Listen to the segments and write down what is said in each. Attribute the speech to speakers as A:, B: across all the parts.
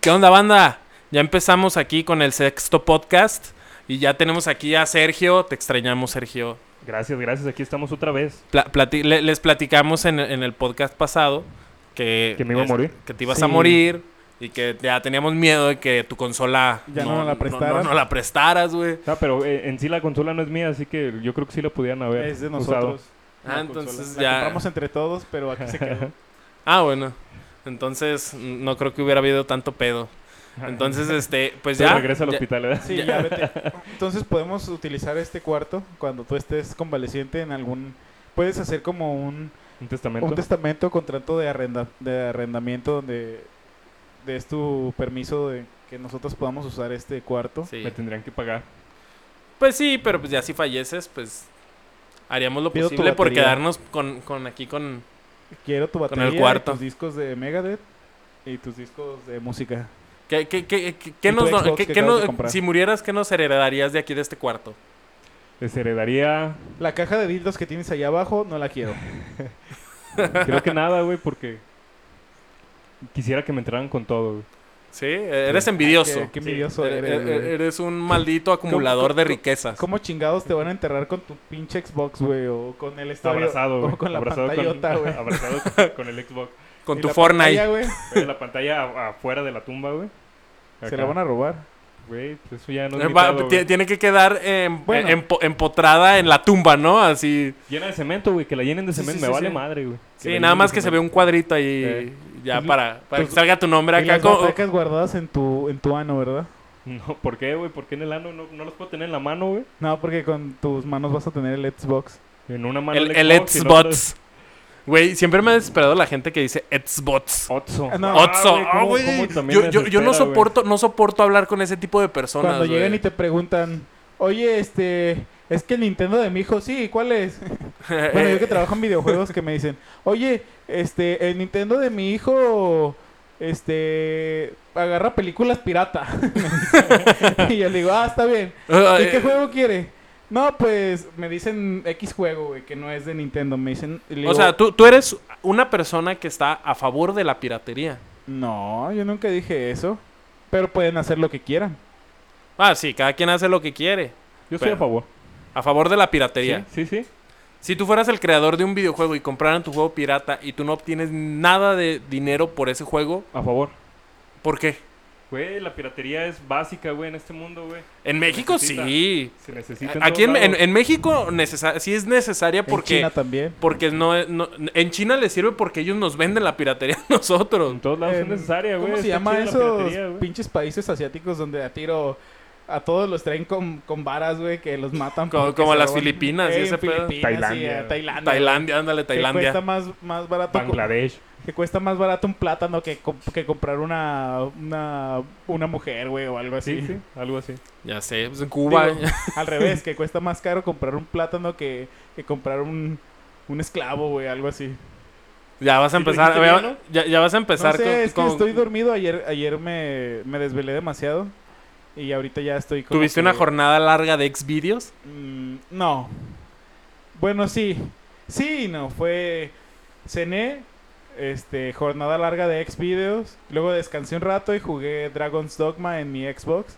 A: ¿Qué onda, banda? Ya empezamos aquí con el sexto podcast y ya tenemos aquí a Sergio. Te extrañamos, Sergio.
B: Gracias, gracias. Aquí estamos otra vez.
A: Pla- plati- le- les platicamos en, en el podcast pasado que...
B: Que me iba a
A: es-
B: morir.
A: Que te ibas
C: Sí.
A: a morir y que ya teníamos miedo de que tu consola...
C: Ya no nos la prestaras.
A: No, no la prestaras, güey.
B: Ah, pero eh, en sí la consola no es mía, así que yo creo que sí la pudieran haber
C: Es de
B: usado.
C: nosotros.
A: Ah,
C: La
A: entonces
C: consola.
A: ya.
C: La compramos entre todos, pero aquí se quedó.
A: Ah, bueno. Entonces, mm, no creo que hubiera habido tanto pedo. Entonces, este, pues
B: Pero
A: ya...
B: regresa al
A: ya-
B: hospital, ¿verdad?
C: Sí, ya vete. Entonces podemos utilizar este cuarto cuando tú estés convaleciente en algún... Puedes hacer como un,
B: Un testamento.
C: un testamento, contrato de, arrenda, de arrendamiento donde des tu permiso de que nosotros podamos usar este cuarto.
A: Sí.
B: Me tendrían que pagar.
A: Pues sí, pero pues ya si falleces, pues haríamos lo
C: Pido tu
A: posible por
C: batería.
A: quedarnos con, con aquí con...
C: Quiero tu
A: el
C: batería, y
A: cuarto.
C: tus discos de Megadeth y tus discos de música.
A: ¿Qué, qué, qué, qué- qué
C: Y tu
A: nos,
C: Xbox
A: qué-
C: que
A: qué
C: acabas
A: nos-
C: de comprar.
A: si murieras, ¿qué nos heredarías de aquí de este cuarto?
B: Les heredaría.
C: La caja de dildos que tienes allá abajo no la quiero.
B: Creo que nada, güey, porque quisiera que me entraran con todo. güey.
A: Sí, eh, eres envidioso.
C: Ah, Qué, qué envidioso
A: Eh,
C: eres,
A: eh,
C: güey.
A: Eres un maldito acumulador de riquezas.
C: ¿Cómo chingados te van a enterrar con tu pinche Xbox, güey? O con el estadio.
B: Abrazado,
C: o
B: güey.
C: con la
B: abrazado
C: pantallota,
B: con,
C: güey.
B: abrazado con el Xbox.
A: Con
C: Y
A: tu
C: la
A: Fortnite.
C: pantalla, güey,
B: Güey, la pantalla a- afuera de la tumba, güey.
C: Se la van a robar.
B: Güey, pues eso ya no es
A: Eh,
B: mi
A: va-
B: pedo,
A: ti-
B: güey.
A: tiene que quedar eh, em-
C: Bueno.
A: eh, empo- empotrada en la tumba, ¿no? Así.
B: Llena de cemento, güey. Que la llenen de
C: Sí, sí,
B: cemento.
C: sí,
B: me vale
C: sí.
B: madre, güey. la
A: Sí,
B: llenen
A: nada
B: de
A: más que se ve
B: cemento.
A: un cuadrito ahí
B: Eh.
A: ya
C: Y-
A: para, para que
C: tus-
A: salga tu nombre
C: y
A: acá.
C: Pues, las
A: como-
C: batacas guardadas en tu, en tu ano, ¿verdad?
B: No, ¿por qué, güey? ¿Por qué en el ano? No, no los puedo tener en la mano, güey.
C: No, porque con tus manos vas a tener el Xbox.
B: En una mano
A: el, el
B: Xbox y en la otra
A: Xbox. Güey, siempre me ha desesperado la gente que dice Xbox.
B: Otso.
C: Ah, no.
A: Otso.
B: güey,
A: Ah,
B: cómo-
A: güey.
B: cómo también
A: Yo,
B: me
A: yo- yo no
B: desespera, güey.
A: soporto, no soporto hablar con ese tipo de personas.
C: Cuando llegan
A: güey.
C: y te preguntan, oye, este. Es que el Nintendo de mi hijo, sí, ¿cuál es? bueno, yo que trabajo en videojuegos que me dicen, oye, este, el Nintendo de mi hijo, este, agarra películas pirata. y yo le digo, ah, está bien.
A: Ah,
C: ¿Y qué
A: eh,
C: juego quiere? No, pues me dicen X juego, güey, que no es de Nintendo. Me dicen. y le
A: O
C: digo,
A: sea, tú, tú eres una persona que está a favor de la piratería.
C: No, yo nunca dije eso. Pero pueden hacer lo que quieran.
A: Ah, sí, cada quien hace lo que quiere.
B: Yo estoy a
A: Pero-
B: favor.
A: A favor de la
B: Sí,
A: piratería.
B: sí, sí.
A: Si tú fueras el creador de un videojuego y compraran tu juego pirata y tú no obtienes nada de dinero por ese juego,
B: A favor.
A: ¿por qué?
B: Güey, la piratería es básica, güey, en este mundo, güey.
A: En México
B: necesita.
A: sí.
B: Se necesita. en
A: Aquí
B: todos
A: en, en-
B: lados.
A: en México necesa- sí es necesaria
C: En
A: porque...
C: China también.
A: Porque no, es- no- en China les sirve porque ellos nos venden la piratería a nosotros.
B: En todos lados es
C: En-
B: necesaria, güey.
C: ¿Cómo se
B: Está
C: llama
B: chida la
C: esos
B: piratería, güey.
C: pinches países asiáticos donde a tiro a todos los traen con, con varas, güey, que los matan?
A: Como-
C: porque
A: como
C: se
A: las
C: roban?
A: Filipinas y
C: Ey,
A: ese
C: en
A: pedo.
C: Filipinas,
B: Tailandia.
C: sí, a Tailandia.
A: Tailandia, ándale,
C: Que
A: Tailandia.
C: cuesta más, más barato co-
B: Bangladesh.
C: que cuesta más barato un plátano que, co- que comprar una, una, una mujer, güey, o algo así.
B: Sí, sí. Algo así.
A: Ya sé, pues en Cuba.
C: Digo, al revés, que cuesta más caro comprar un plátano que, que comprar un, un esclavo, güey, algo así.
A: ya vas a
B: ¿Sí lo
A: empezar.
B: dijiste
A: ya-
B: bien,
A: ya, ya vas a empezar
C: No sé,
A: con-
C: es que
A: con-
C: estoy dormido. Ayer, ayer me, me desvelé demasiado. Y ahorita ya estoy como
A: ¿Tuviste
C: que-
A: una jornada larga de exvideos?
C: Mm, no. Bueno, sí. Sí, y no. Fue. Cené. Este, jornada larga de Xvideos. Luego descansé un rato y jugué Dragon's Dogma en mi Xbox.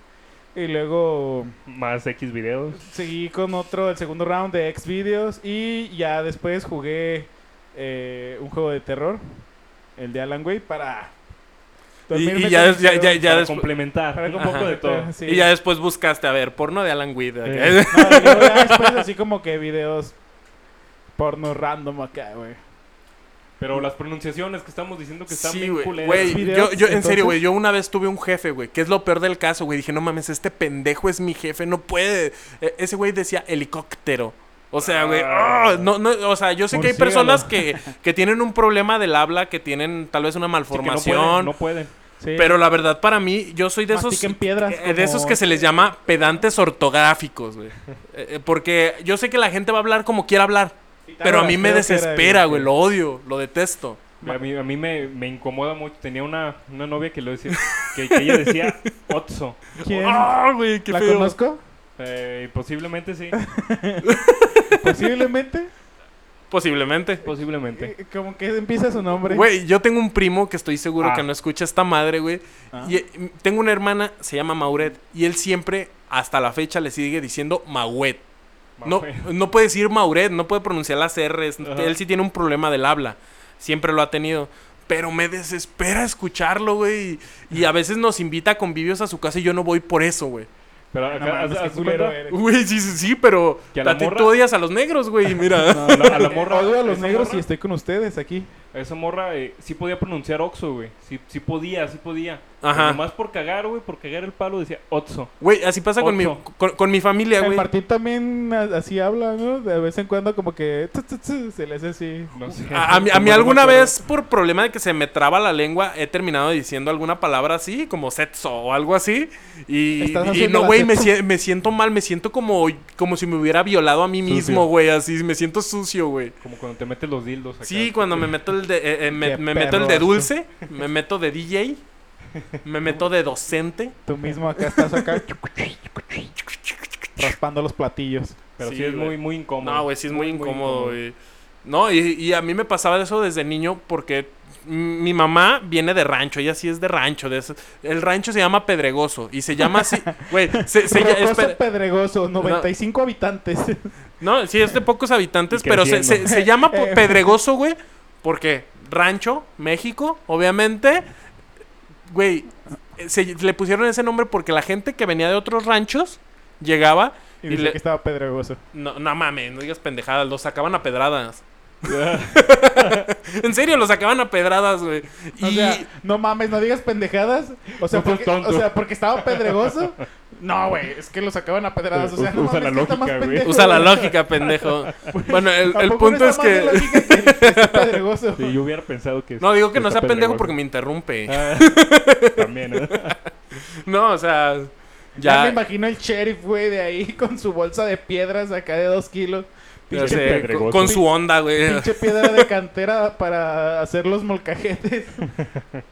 C: Y luego
B: Más X videos.
C: seguí con otro, el segundo round de Xvideos. Y ya después jugué eh, un juego de terror. El de Alan Wake para.
A: Y,
C: dormirme
A: y ya,
C: con el
A: ya,
C: cerebro.
A: ya, ya
B: para
A: despu-
B: complementar.
C: Para
B: un
C: complementar,
B: poco de todo.
C: sí.
A: y ya después buscaste, a ver, porno de Alan Weed.
B: Eh.
C: No, y luego ya después así como que videos porno random acá, güey.
B: Pero las pronunciaciones que estamos diciendo que están
A: Sí,
B: bien
A: güey.
B: culeras.
A: Güey,
C: Videos,
A: yo, yo, en serio,
C: entonces-
A: güey, yo una vez tuve un jefe, güey, que es lo peor del caso, güey. Dije, no mames, este pendejo es mi jefe, no puede. E- ese güey decía helicóptero. O sea, güey,
B: Ah.
A: ah, no, no, o sea, yo sé que hay
B: Murciélago.
A: personas que, que tienen un problema del habla, que tienen tal vez una
B: Sí, que
A: malformación.
B: No pueden. No pueden.
C: Sí.
A: Pero la verdad, para mí, yo soy de esos.
C: Mastiquen piedras,
A: eh, De esos
C: como-
A: que se les llama pedantes ortográficos, güey. Eh, eh, porque yo sé que la gente va a hablar como quiera hablar. Pero a mí me
C: Creo que era
A: desespera,
C: el-
A: güey. Lo odio, lo detesto.
B: A mí, a mí me, me incomoda mucho. Tenía una, una novia que lo decía, que, que ella decía Otso.
C: ¿Quién?
A: ¡Ah, güey! ¡Qué
C: ¿La
A: feo!
C: conozco?
B: Eh, posiblemente sí.
C: Posiblemente.
A: Posiblemente.
B: Posiblemente.
C: Eh, Como que empieza su nombre.
A: Güey, yo tengo un primo que estoy seguro
B: Ah.
A: que no escucha esta madre, güey.
C: Ah.
A: Y eh, tengo una hermana, se llama Mauret, y él siempre, hasta la fecha, le sigue diciendo Mauet. No,
B: Mauet.
A: no puede decir Mauret, no puede pronunciar las R's.
B: Ajá.
A: Él sí tiene un problema del habla. Siempre lo ha tenido. Pero me desespera escucharlo, güey. Y, y a veces nos invita a convivios a su casa y yo no voy por eso, güey.
B: Pero
C: No
B: acá, haz-
C: mames, qué
B: haz de
C: culero
B: cuenta-
C: eres.
A: Güey, sí, sí, sí, pero
B: Eh. ¿Que a la
A: a ti
B: morra?
A: tú odias a los negros, güey. Mira.
B: a la- a la morra-
C: Odio a los
B: esa
C: negros
B: morra-
C: y estoy con ustedes aquí.
B: Esa morra eh, sí podía pronunciar Oxo, güey. Sí, sí podía, sí podía.
A: Ajá.
B: Nomás por cagar, güey, por cagar el palo decía Otso.
A: Güey, así pasa con mi,
B: Ocho.
A: con, con mi familia,
C: El
A: güey.
C: Martín también a- así habla, ¿no? De vez en cuando como que tsu, tsu, tsu, se le hace así.
B: No sé.
A: A, a mí, a
B: Como
A: mí
B: no me
A: alguna
B: acuerdo.
A: vez, por problema de que se me traba la lengua, he terminado diciendo alguna palabra así, como sexo o algo así. Y,
C: Estás
A: y
C: haciendo
A: no,
C: la
A: güey, me,
C: sexo.
A: sie- me siento mal, me siento como, como si me hubiera violado a mí
B: Sucio.
A: mismo, güey, así, me siento sucio, güey.
B: Como cuando te metes los dildos acá.
A: Sí, cuando me meto el de, eh, eh, me,
C: Qué
A: me meto el de
C: perro.
A: dulce, me meto de DJ, me meto de docente.
C: Tú mismo acá estás acá raspando los platillos.
B: Pero sí,
A: Sí,
B: es
A: güey.
B: muy, muy incómodo.
A: No, güey, sí es muy, incómodo, güey. No, y, y a mí me pasaba eso desde niño porque m- mi mamá viene de rancho, ella sí es de rancho. de esas- el rancho se llama Pedregoso y se llama así, güey. Se, se lla-
C: Rocoso
A: espera,
C: Pedregoso, 95 habitantes.
A: no, sí es de pocos habitantes,
B: Y
A: pero se,
B: creciendo.
A: se- se llama po-
C: Eh.
A: Pedregoso, güey, porque rancho, México, obviamente, güey, se, le pusieron ese nombre porque la gente que venía de otros ranchos llegaba
C: Y
A: Y
C: dice
A: le-
C: que estaba pedregoso.
A: No, no mames, no digas pendejadas, los sacaban a pedradas. en serio, los sacaban a pedradas, güey.
C: O
A: Y-
C: sea, no mames, no digas pendejadas. O sea,
B: No seas
C: porque,
B: tonto.
C: o sea, porque estaba pedregoso. No, güey, es que lo sacaban a pedradas. O sea, no
B: Usa
C: mames,
B: la
C: ¿qué está más
B: lógica, güey.
C: pendejo,
A: usa la
C: güey?
A: lógica, pendejo. Bueno, el, el
C: ¿A poco no
A: punto es
C: está ¿eh? más
A: que.
C: de lógica que... que esté pedregoso.
B: Sí, yo hubiera pensado que.
A: No, digo que no sea
B: está
A: pendejo
B: pedregoso.
A: porque me interrumpe.
B: Ah, también, ¿eh?
A: No, o sea.
C: Ya. me
A: Ya.
C: imagino el sheriff, güey, de ahí con su bolsa de piedras acá de dos kilos.
A: ya
B: pinche
A: sé, con,
B: pedregoso.
A: con su onda, güey.
C: Pinche piedra de cantera para hacer los molcajetes.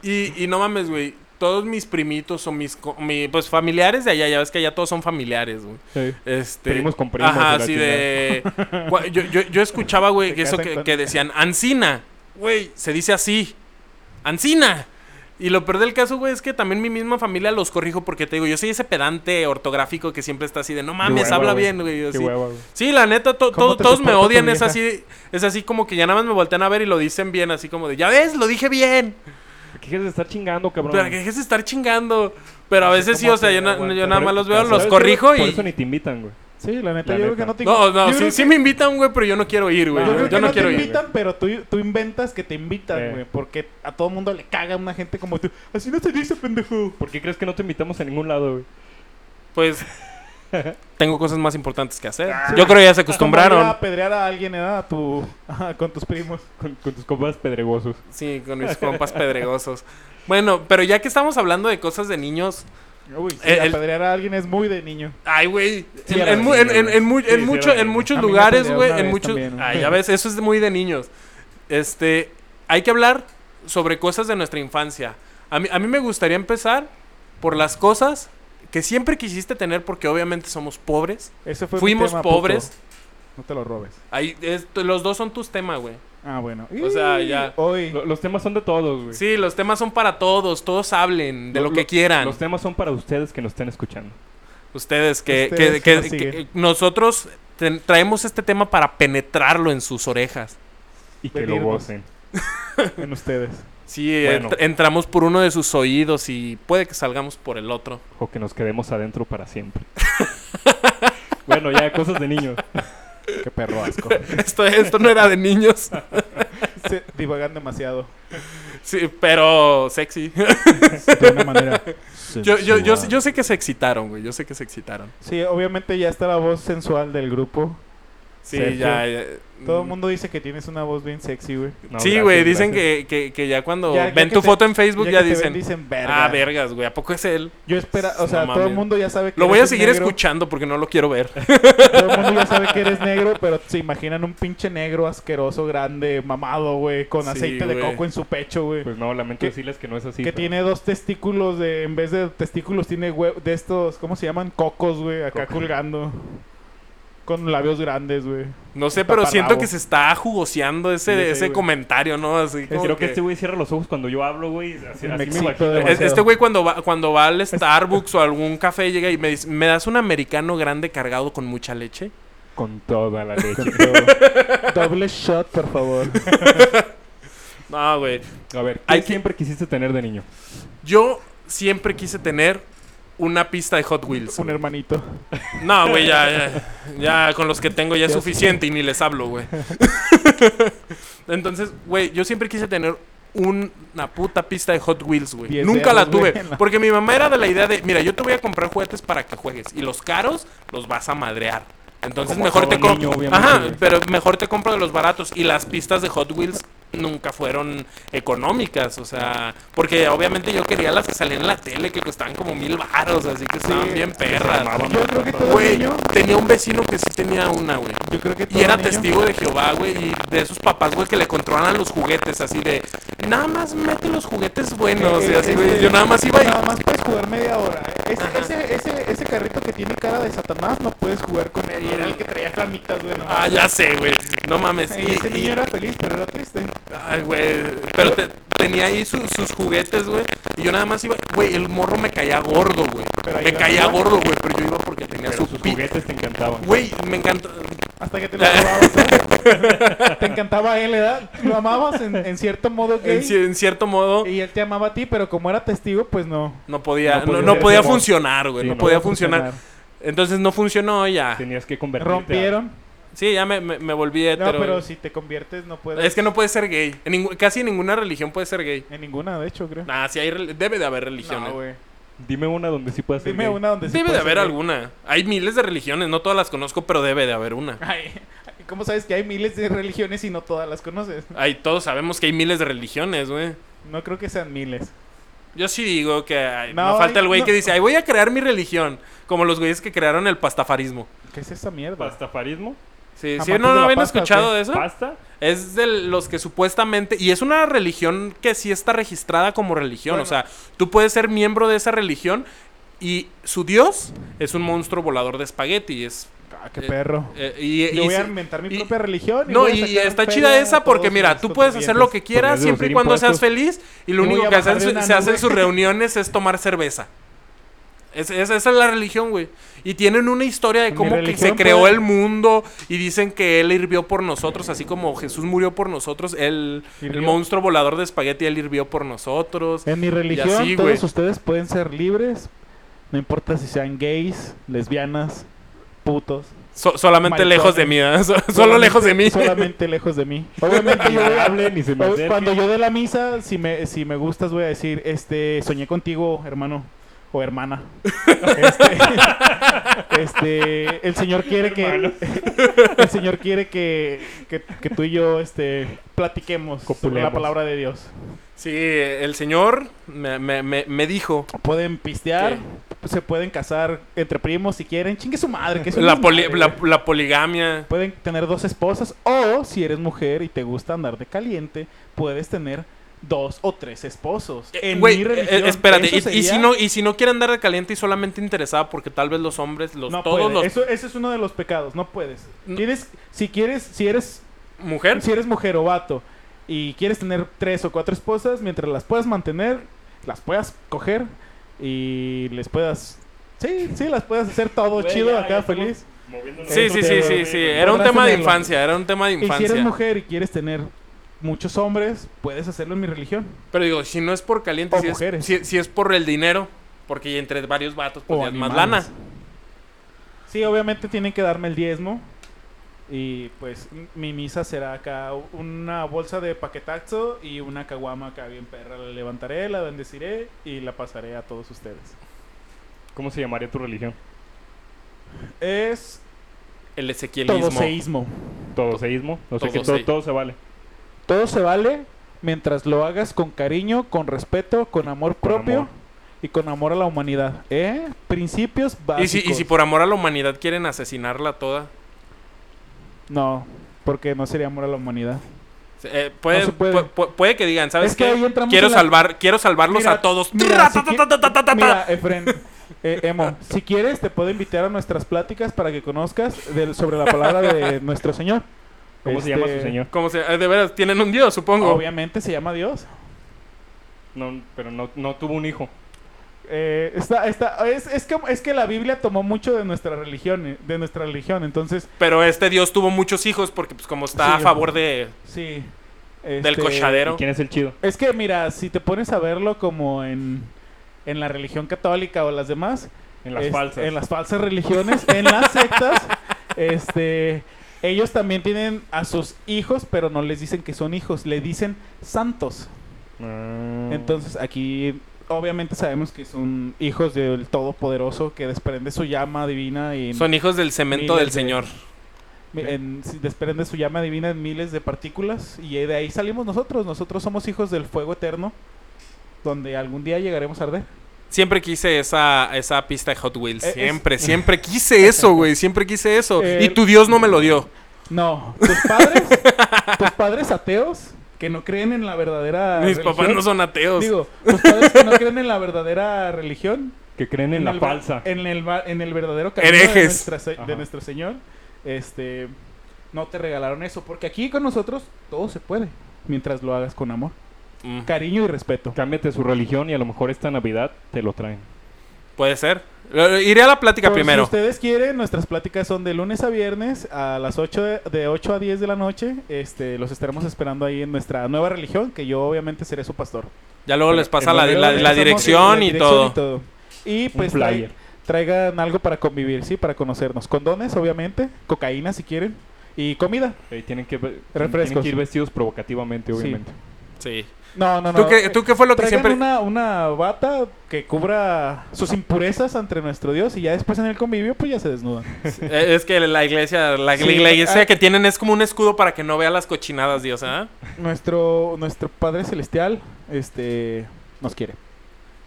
A: Y, y no mames, güey. Todos mis primitos o mis. co- mi- pues familiares de allá, ya ves que allá todos son familiares, güey.
B: Sí.
A: Este,
B: Primos con primos
A: Ajá,
B: de la
A: así de. Gua- yo, yo, yo escuchaba, güey,
C: Se
A: que eso
C: casan
A: que,
C: con-
A: que decían, Ancina. Güey, se dice así. Ancina. Y lo peor del caso, güey, es que también mi misma familia los corrijo porque te digo, yo soy ese pedante ortográfico que siempre está así de, no mames,
B: hueva,
A: habla
B: güey.
A: bien, güey.
B: Qué
A: así.
B: hueva, güey.
A: Sí, la neta, to-
C: ¿Cómo
A: to-
C: te
A: todos me
C: soporta tu
A: odian, es
C: vieja?
A: así, es así como que ya nada más me voltean a ver y lo dicen bien, así como de, ya ves, lo dije bien.
B: ¿Qué quieres estar chingando, cabrón?
A: Pero que dejes de estar chingando. Pero a veces sí,
C: cómo
A: o sea,
C: te
A: yo, na-
C: aguantas.
A: yo nada más los veo,
B: ¿Sabes
A: los
B: qué?
A: corrijo
B: Por
A: y...
B: eso ni te invitan, güey.
C: Sí, la neta,
B: La
C: yo creo
B: neta.
C: que no te
A: No, no,
C: yo creo
A: sí, sí
C: que-
A: me invitan, güey, pero yo no quiero ir, güey.
B: No,
C: Yo creo
A: yo
C: que
A: no,
C: no
A: quiero
C: te
A: ir.
C: invitan, pero tú, tú inventas que te invitan,
B: Eh.
C: güey. Porque a todo mundo le caga una gente como tú. Así no se dice, pendejo.
B: ¿Por qué crees que no te invitamos a ningún lado, güey?
A: Pues tengo cosas más importantes que hacer. Yo creo que ya se
C: Ah, Como ir A
A: acostumbraron.
C: apedrear a alguien, ¿eh? A tu... ajá, con tus primos.
B: Con, con tus compas pedregosos.
A: Sí, con mis compas pedregosos. Bueno, pero ya que estamos hablando de cosas de niños,
C: Uy, sí,
A: El- el-
C: apedrear a alguien es muy de niño.
A: ay, güey,
C: Sí,
A: en-
C: era
A: en,
C: de
A: mu- en-
B: niños,
A: en- en mu-
B: güey. Sí,
A: en
B: sí,
A: mucho-
B: era de
A: en muchos
C: niños. A mí me
A: lugares,
C: pelearon
A: güey,
C: una
A: en
C: vez
A: muchos,
C: también, ¿no?
A: ay, ya ves, eso es muy de niños. Este, hay que hablar sobre cosas de nuestra infancia. A mí, a mí me gustaría empezar por las cosas que siempre quisiste tener porque obviamente somos pobres,
C: Eso fue mi
A: fuimos
C: tema,
A: pobres.
C: puto. No te lo robes.
A: Ahí, es- los dos son tus temas, güey.
C: Ah, bueno.
A: O sea,
C: Y
A: ya.
C: Hoy.
B: Lo- Los temas son de todos, güey.
A: Sí, los temas son para todos, todos hablen de
B: Lo-
A: lo, que
B: lo-
A: quieran.
B: Los temas son para ustedes que nos estén escuchando.
A: Ustedes que, que-
C: Ustedes,
A: que-
C: así
A: que-
C: es.
A: nosotros ten- traemos este tema para penetrarlo en sus orejas.
B: Y que lo
C: Venirnos.
B: gocen.
C: En ustedes.
A: Sí,
B: Bueno.
A: entr- entramos por uno de sus oídos y puede que salgamos por el otro.
B: O que nos quedemos adentro para siempre. bueno, ya, cosas de niños.
C: Qué perro asco.
A: Esto, esto no era de niños,
C: Se divagan demasiado.
A: sí, pero sexy.
C: De una manera.
A: Yo, yo, yo, yo sé que se excitaron, güey. Yo sé que se excitaron.
C: Sí, obviamente ya está la voz sensual del grupo.
A: Sí,
C: Sergio.
A: ya, ya. Mm.
C: Todo el mundo dice que tienes una voz bien sexy, güey.
B: No,
A: sí,
B: gracias,
A: güey. Dicen que,
B: gracias.
A: que, que ya cuando
C: Ya- ya
A: ven
C: que
A: tu
C: te-
A: foto en Facebook ya,
C: que te ven,
A: dicen.
C: dicen verga.
A: Ah, vergas, güey. ¿A poco es él?
C: Yo espera, o
A: No
C: sea, todo el
A: mames.
C: mundo ya sabe que
A: Lo voy a
C: eres
A: seguir
C: negro,
A: escuchando porque no lo quiero ver.
C: Todo el mundo ya sabe que eres negro, pero se imaginan un pinche negro asqueroso, grande, mamado, güey, con
A: Sí,
C: aceite de
A: güey.
C: coco en su pecho, güey.
B: Pues no, lamento
C: Que-
B: decirles que no es así.
C: que
B: pero-
C: tiene dos testículos de en vez de testículos tiene hue- de estos, ¿cómo se llaman? Cocos, güey, acá
B: Cocos.
C: colgando. con labios grandes, güey.
A: No sé, pero siento
C: Taparrabo.
A: que se está jugoseando ese,
C: Yo sé,
A: ese
C: güey.
A: comentario, ¿no? Así como
B: Creo que
A: que-
B: este güey cierra los ojos cuando yo hablo, güey. Así, así
C: Me
B: me
C: excito
B: imagino.
A: Es-
C: demasiado.
A: este güey cuando va, cuando va al Starbucks o a algún café llega y me dice, ¿me das un americano grande cargado con mucha leche?
B: Con toda la leche.
C: Con todo. Doble shot, por favor.
A: No, güey.
B: A ver, ¿qué
A: Hay que-
B: siempre quisiste tener de niño?
A: Yo siempre quise tener una pista de Hot Wheels.
C: Un hermanito.
A: No, güey, ya, ya. Ya con los que tengo ya es
C: Ya
A: suficiente y ni les hablo, güey. Entonces, güey, yo siempre quise tener un- una puta pista de Hot Wheels, güey.
C: Diez
A: Nunca la
C: dedos, güey,
A: tuve.
C: en la-
A: Porque mi mamá era de la idea de, mira, yo te voy a comprar juguetes para que juegues. Y los caros los vas a madrear. Entonces
B: Como
A: mejor te
B: todo
A: compro.
B: niño, obviamente,
A: Ajá,
B: güey.
A: pero mejor te compro de los baratos. Y las pistas de Hot Wheels nunca fueron económicas. O sea, porque obviamente yo quería las que salían en la tele, que costaban como mil baros, así que estaban bien perras.
C: Yo creo que todo
A: Güey,
C: niño...
A: tenía un vecino que sí tenía una, güey.
C: Yo creo que todo
A: Y era
C: niño-
A: testigo de Jehová, güey. Y de esos papás, güey, que le controlan los juguetes, así de. Nada más mete los juguetes buenos. y
C: Eh,
A: así,
C: eh,
A: güey.
C: eh,
A: Yo nada más iba
C: Nada
A: y.
C: más puedes jugar media hora. Ese, ese, ese, ese carrito que tiene cara de Satanás no puedes jugar con él. Y era el que traía flamitas, güey. no
A: Ah, ya sé, güey. No mames.
C: mames.
A: Y,
C: Y ese
A: y-
C: niño era feliz, pero era triste.
A: ay, güey. Pero te- tenía ahí su- sus juguetes, güey. Y yo nada más iba. Güey, el morro me caía gordo, güey.
C: Pero ahí
A: Me
C: la
A: caía
C: iba.
A: gordo, güey. Pero yo iba porque tenía
B: Pero
A: su
B: sus
A: pi-
B: juguetes te encantaban.
A: Güey, me encantó.
C: Hasta que te lo robabas. ¿eh? te encantaba él, ¿verdad? Lo amabas en, en cierto modo gay.
A: En, ci- en cierto modo.
C: Y él te amaba a ti, pero como era testigo, pues no.
A: No podía,
B: No
A: no,
B: podía
A: no
B: ser
A: podía
B: como-
A: funcionar, güey.
B: Sí,
A: no,
B: no
A: podía
B: podía
A: funcionar. Entonces no funcionó y ya.
B: Tenías que convertirte. a-
C: Rompieron.
A: Sí, ya me, me, me volví
C: No,
A: hetero.
C: pero
A: güey.
C: si te conviertes no puedes.
A: Es que no puedes ser gay. En ningú- casi en ninguna religión puedes ser gay.
C: En ninguna, de hecho, creo.
A: Nah, sí hay rel- debe de haber religiones.
C: No, güey.
B: Dime una donde sí puedas ser
C: Dime
B: gay.
C: una donde sí
A: debe de
C: puedes
A: haber
C: ser gay.
A: alguna. Hay miles de religiones, no todas las conozco, pero debe de haber una.
C: Ay, ¿Cómo sabes que hay miles de religiones y no todas las conoces?
A: Ay, todos sabemos que hay miles de religiones, güey.
C: No creo que sean miles.
A: Yo sí digo que ay,
C: No,
A: no, falta el güey
C: no.
A: que dice, ay, voy a crear mi religión. Como los güeyes que crearon el pastafarismo.
C: ¿Qué es esa mierda?
B: Pastafarismo.
A: Sí, sí,
C: Amantes
A: ¿no,
C: de
A: no
C: la
A: habían
C: pasta, ¿o
A: escuchado
C: qué?
A: de eso?
B: Pasta.
A: Es de los que supuestamente... Y es una religión que sí está registrada como religión.
C: Bueno.
A: O sea, tú puedes ser miembro de esa religión y su dios es un monstruo volador de espagueti. Es,
C: Ah, qué
A: Eh,
C: perro.
A: eh, y, y
C: Yo voy a
A: si-
C: inventar mi
A: y-
C: propia religión.
A: No,
C: voy a
A: y, y
C: sacar
A: está
C: feria
A: chida
C: a
A: esa porque
C: todos
A: mira,
C: mis
A: tú puedes hacer lo que quieras
B: Podrías
A: siempre y
B: deducir
A: cuando seas
B: impuestos.
A: feliz y lo
C: Yo voy
A: único
C: a
A: que hacen
C: bajarle
A: su-
C: una
A: se hacen
C: nube.
A: sus reuniones es tomar cerveza. Es- es- esa es la religión, güey. Y tienen una historia de
C: Mi
A: cómo que
C: religión
A: se creó
C: puede-
A: el mundo y dicen que él hirvió por nosotros, así como Jesús murió por nosotros, él, el
C: Hirvió. Eh,
A: monstruo volador de espagueti, él hirvió por nosotros.
C: En mi religión
A: así,
C: todos
A: güey.
C: ustedes pueden ser libres. No importa si sean gays, lesbianas, putos.
A: So- solamente
C: Maricones.
A: lejos de mí, ¿eh? So- solo lejos de mí.
C: Solamente lejos de mí. Obviamente
B: Ni
C: yo voy a-
B: hablen, ni se me
C: o-
B: acerquen.
C: Cuando yo dé la misa, si me, si me gustas voy a decir, este, soñé contigo, hermano. O hermana. Este, este, el señor quiere que
B: Hermano.
C: el señor quiere que, que, que tú y yo este platiquemos sobre la
B: Copulemos.
C: palabra de Dios.
A: Sí, el señor me- me- me- me dijo
C: Pueden pistear, se pueden casar entre primos si quieren. Chingue su madre, que es un
A: La,
C: desmadre,
A: poli- la,
C: güey.
A: la poligamia.
C: Pueden tener dos esposas o si eres mujer y te gusta andar de caliente, puedes tener dos o tres esposos.
A: Eh,
C: En
A: güey,
C: mi
A: eh,
C: religión,
A: espérate,
C: eso
A: y- y,
C: sería-
A: si no, y si no quiere andar de caliente y solamente interesada, porque tal vez los hombres, los
C: no
A: todos
C: puede.
A: los
C: Eso, ese es uno de los pecados, no puedes.
A: No.
C: Tienes- si quieres, si eres,
A: mujer,
C: si eres mujer o vato y quieres tener tres o cuatro esposas, mientras las puedas mantener, las puedas coger y les puedas Sí, sí, las puedas hacer todo
B: Güey,
C: chido
B: ya,
C: acá,
B: ya estamos
C: feliz.
B: moviéndonos.
A: sí,
C: eso
A: sí,
C: te
A: sí,
C: digo,
A: sí,
C: güey,
A: sí,
C: güey.
A: era un
C: Podrás
A: tema de
C: tenerlo.
A: infancia, era un tema de
C: Y si
A: infancia.
C: eres mujer y quieres tener muchos hombres, puedes hacerlo en mi religión.
A: Pero digo, si no es por caliente,
C: O
A: si es,
C: mujeres.
A: si, si es por el dinero, porque entre varios vatos, pues
C: O
A: ya es más lana.
C: animales. Sí, obviamente tienen que darme el diezmo. Y pues m- mi misa será acá una bolsa de paquetazo y una caguama acá bien perra. La levantaré, la bendeciré y la pasaré a todos ustedes.
B: ¿Cómo se llamaría tu religión?
C: Es
A: El
C: todo
A: ezequielismo.
C: seísmo.
B: Todoseísmo. O sea que todo,
A: Todosei.
B: todo se vale.
C: Todo se vale mientras lo hagas con cariño, con respeto, con amor
B: Con
C: propio
B: amor.
C: y con amor a la humanidad. ¿Eh? Principios
A: Y
C: básicos.
A: si, y si por amor a la humanidad quieren asesinarla toda.
C: No, porque no sería amor a la humanidad.
A: Eh, puede,
C: No se puede.
A: pu- pu- puede. que digan, ¿sabes
C: Es que
A: qué?
C: ahí entramos
A: Quiero
C: en la-
A: salvar, quiero salvarlos
C: Mira,
A: a todos.
C: Mira,
A: Tra,
C: si
A: ta, ta,
C: qui-
A: ta, ta, ta, ta, ta.
C: mira, Efren, Eh, Emo, si quieres te puedo invitar a nuestras pláticas para que conozcas del- sobre la palabra de nuestro Señor.
B: ¿Cómo se llama su
C: Este,
B: señor?
A: Como se, eh, de veras, tienen un dios, supongo.
C: Obviamente se llama Dios.
B: No, pero no, no tuvo un hijo.
C: Eh, está, está, es, es, que, es que la Biblia tomó mucho de nuestra religión, eh, de nuestra religión, entonces,
A: Pero este dios tuvo muchos hijos porque, pues, como está a
C: Sí.
A: favor de,
C: sí.
A: del
C: este,
A: cochadero.
B: ¿Y quién es el chido?
C: Es que mira, si te pones a verlo como en, en la religión católica o las demás,
B: En las
C: es-
B: falsas.
C: Este, en las falsas religiones, en las sectas, este, ellos también tienen a sus hijos, pero no les dicen que son hijos, le dicen santos.
B: Ah.
C: Entonces aquí obviamente sabemos que son hijos del Todopoderoso que desprende su llama divina y
A: Son hijos del cemento
C: Miles
A: del
C: de-
A: señor.
C: Mi- en- si desprende su llama divina en miles de partículas y de ahí salimos nosotros. Nosotros somos hijos del fuego eterno, donde algún día llegaremos a arder.
A: Siempre quise esa, esa pista de Hot Wheels.
C: Eh, es-
A: Siempre, siempre quise eso, güey. Siempre quise eso.
C: Eh,
A: y tu Dios no me lo dio.
C: No, tus padres, tus padres ateos que no creen en la verdadera.
A: Mis
C: religión-
A: papás no son ateos.
C: Eh, Digo, tus padres que no creen en la verdadera religión,
B: Que creen en, la
C: el eh, va-
B: falsa.
C: en el va- en el verdadero camino de,
A: Herejes.
C: nuestra se- de
B: Ajá.
C: nuestro Señor, este, no te regalaron eso, porque aquí con nosotros todo se puede, mientras lo hagas con amor,
A: Mm,
C: cariño y respeto.
B: Cámbiate su religión y a lo mejor esta Navidad te lo traen.
A: Puede ser. Eh, Iré a la plática
C: Por
A: primero.
C: Si ustedes quieren, nuestras pláticas son de lunes a viernes a las 8 de, de 8 a 10 de la noche. Este, los estaremos esperando ahí en nuestra nueva religión, que yo obviamente seré su pastor.
A: Ya luego les pasa
B: en
A: la,
B: lugar
A: la-
B: de
A: la
C: Empezamos
A: dirección
C: la
A: y
C: dirección
A: todo.
C: Y
B: Un
C: pues
B: flyer.
C: trai- traigan algo para convivir, sí, para conocernos. Condones, obviamente, cocaína si quieren y comida.
B: Eh, tienen, que, ve- tienen
C: Refrescos.
B: que ir vestidos provocativamente,
C: Sí.
B: obviamente.
A: Sí.
C: No, no, no.
A: ¿Tú, qué, tú qué fue lo que
C: Traigan
A: siempre.?
C: una, una bata que cubra sus impurezas ante nuestro Dios y ya después en el convivio pues ya se desnudan.
A: Eh, Es que la iglesia, la,
C: Sí,
A: la iglesia
C: ah.
A: que tienen es como un escudo para que no vea las cochinadas, Dios, ¿ah?
C: Nuestro, nuestro Padre Celestial, este, nos quiere.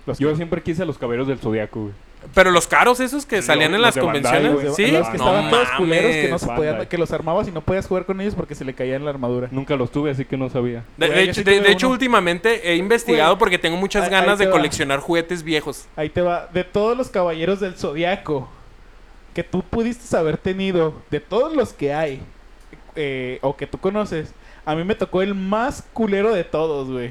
C: Los
B: Yo
C: quiere.
B: siempre quise a los caballeros del zodiaco, güey.
A: Pero los caros esos que
B: Los-
A: salían en
B: los
A: las
B: de Bandai,
A: convenciones,
B: güey.
A: ¿sí?
C: Los que
B: No
C: estaban todos culeros que no
A: mames.
C: se podían,
B: Bandai.
C: que los armabas y no podías jugar con ellos porque se le caía en la armadura.
B: Nunca los tuve, así que no sabía.
A: De,
C: Güey,
A: de
C: yo
A: hecho,
C: sí
A: de-
C: tuve
A: de hecho,
C: uno.
A: últimamente he investigado
C: Güey,
A: porque tengo muchas
C: ahí-
A: ganas
C: ahí
A: de
C: te va.
A: coleccionar juguetes viejos.
C: Ahí te va, de todos los caballeros del zodiaco que tú pudiste haber tenido, de todos los que hay eh, o que tú conoces, a mí me tocó el más culero de todos, güey.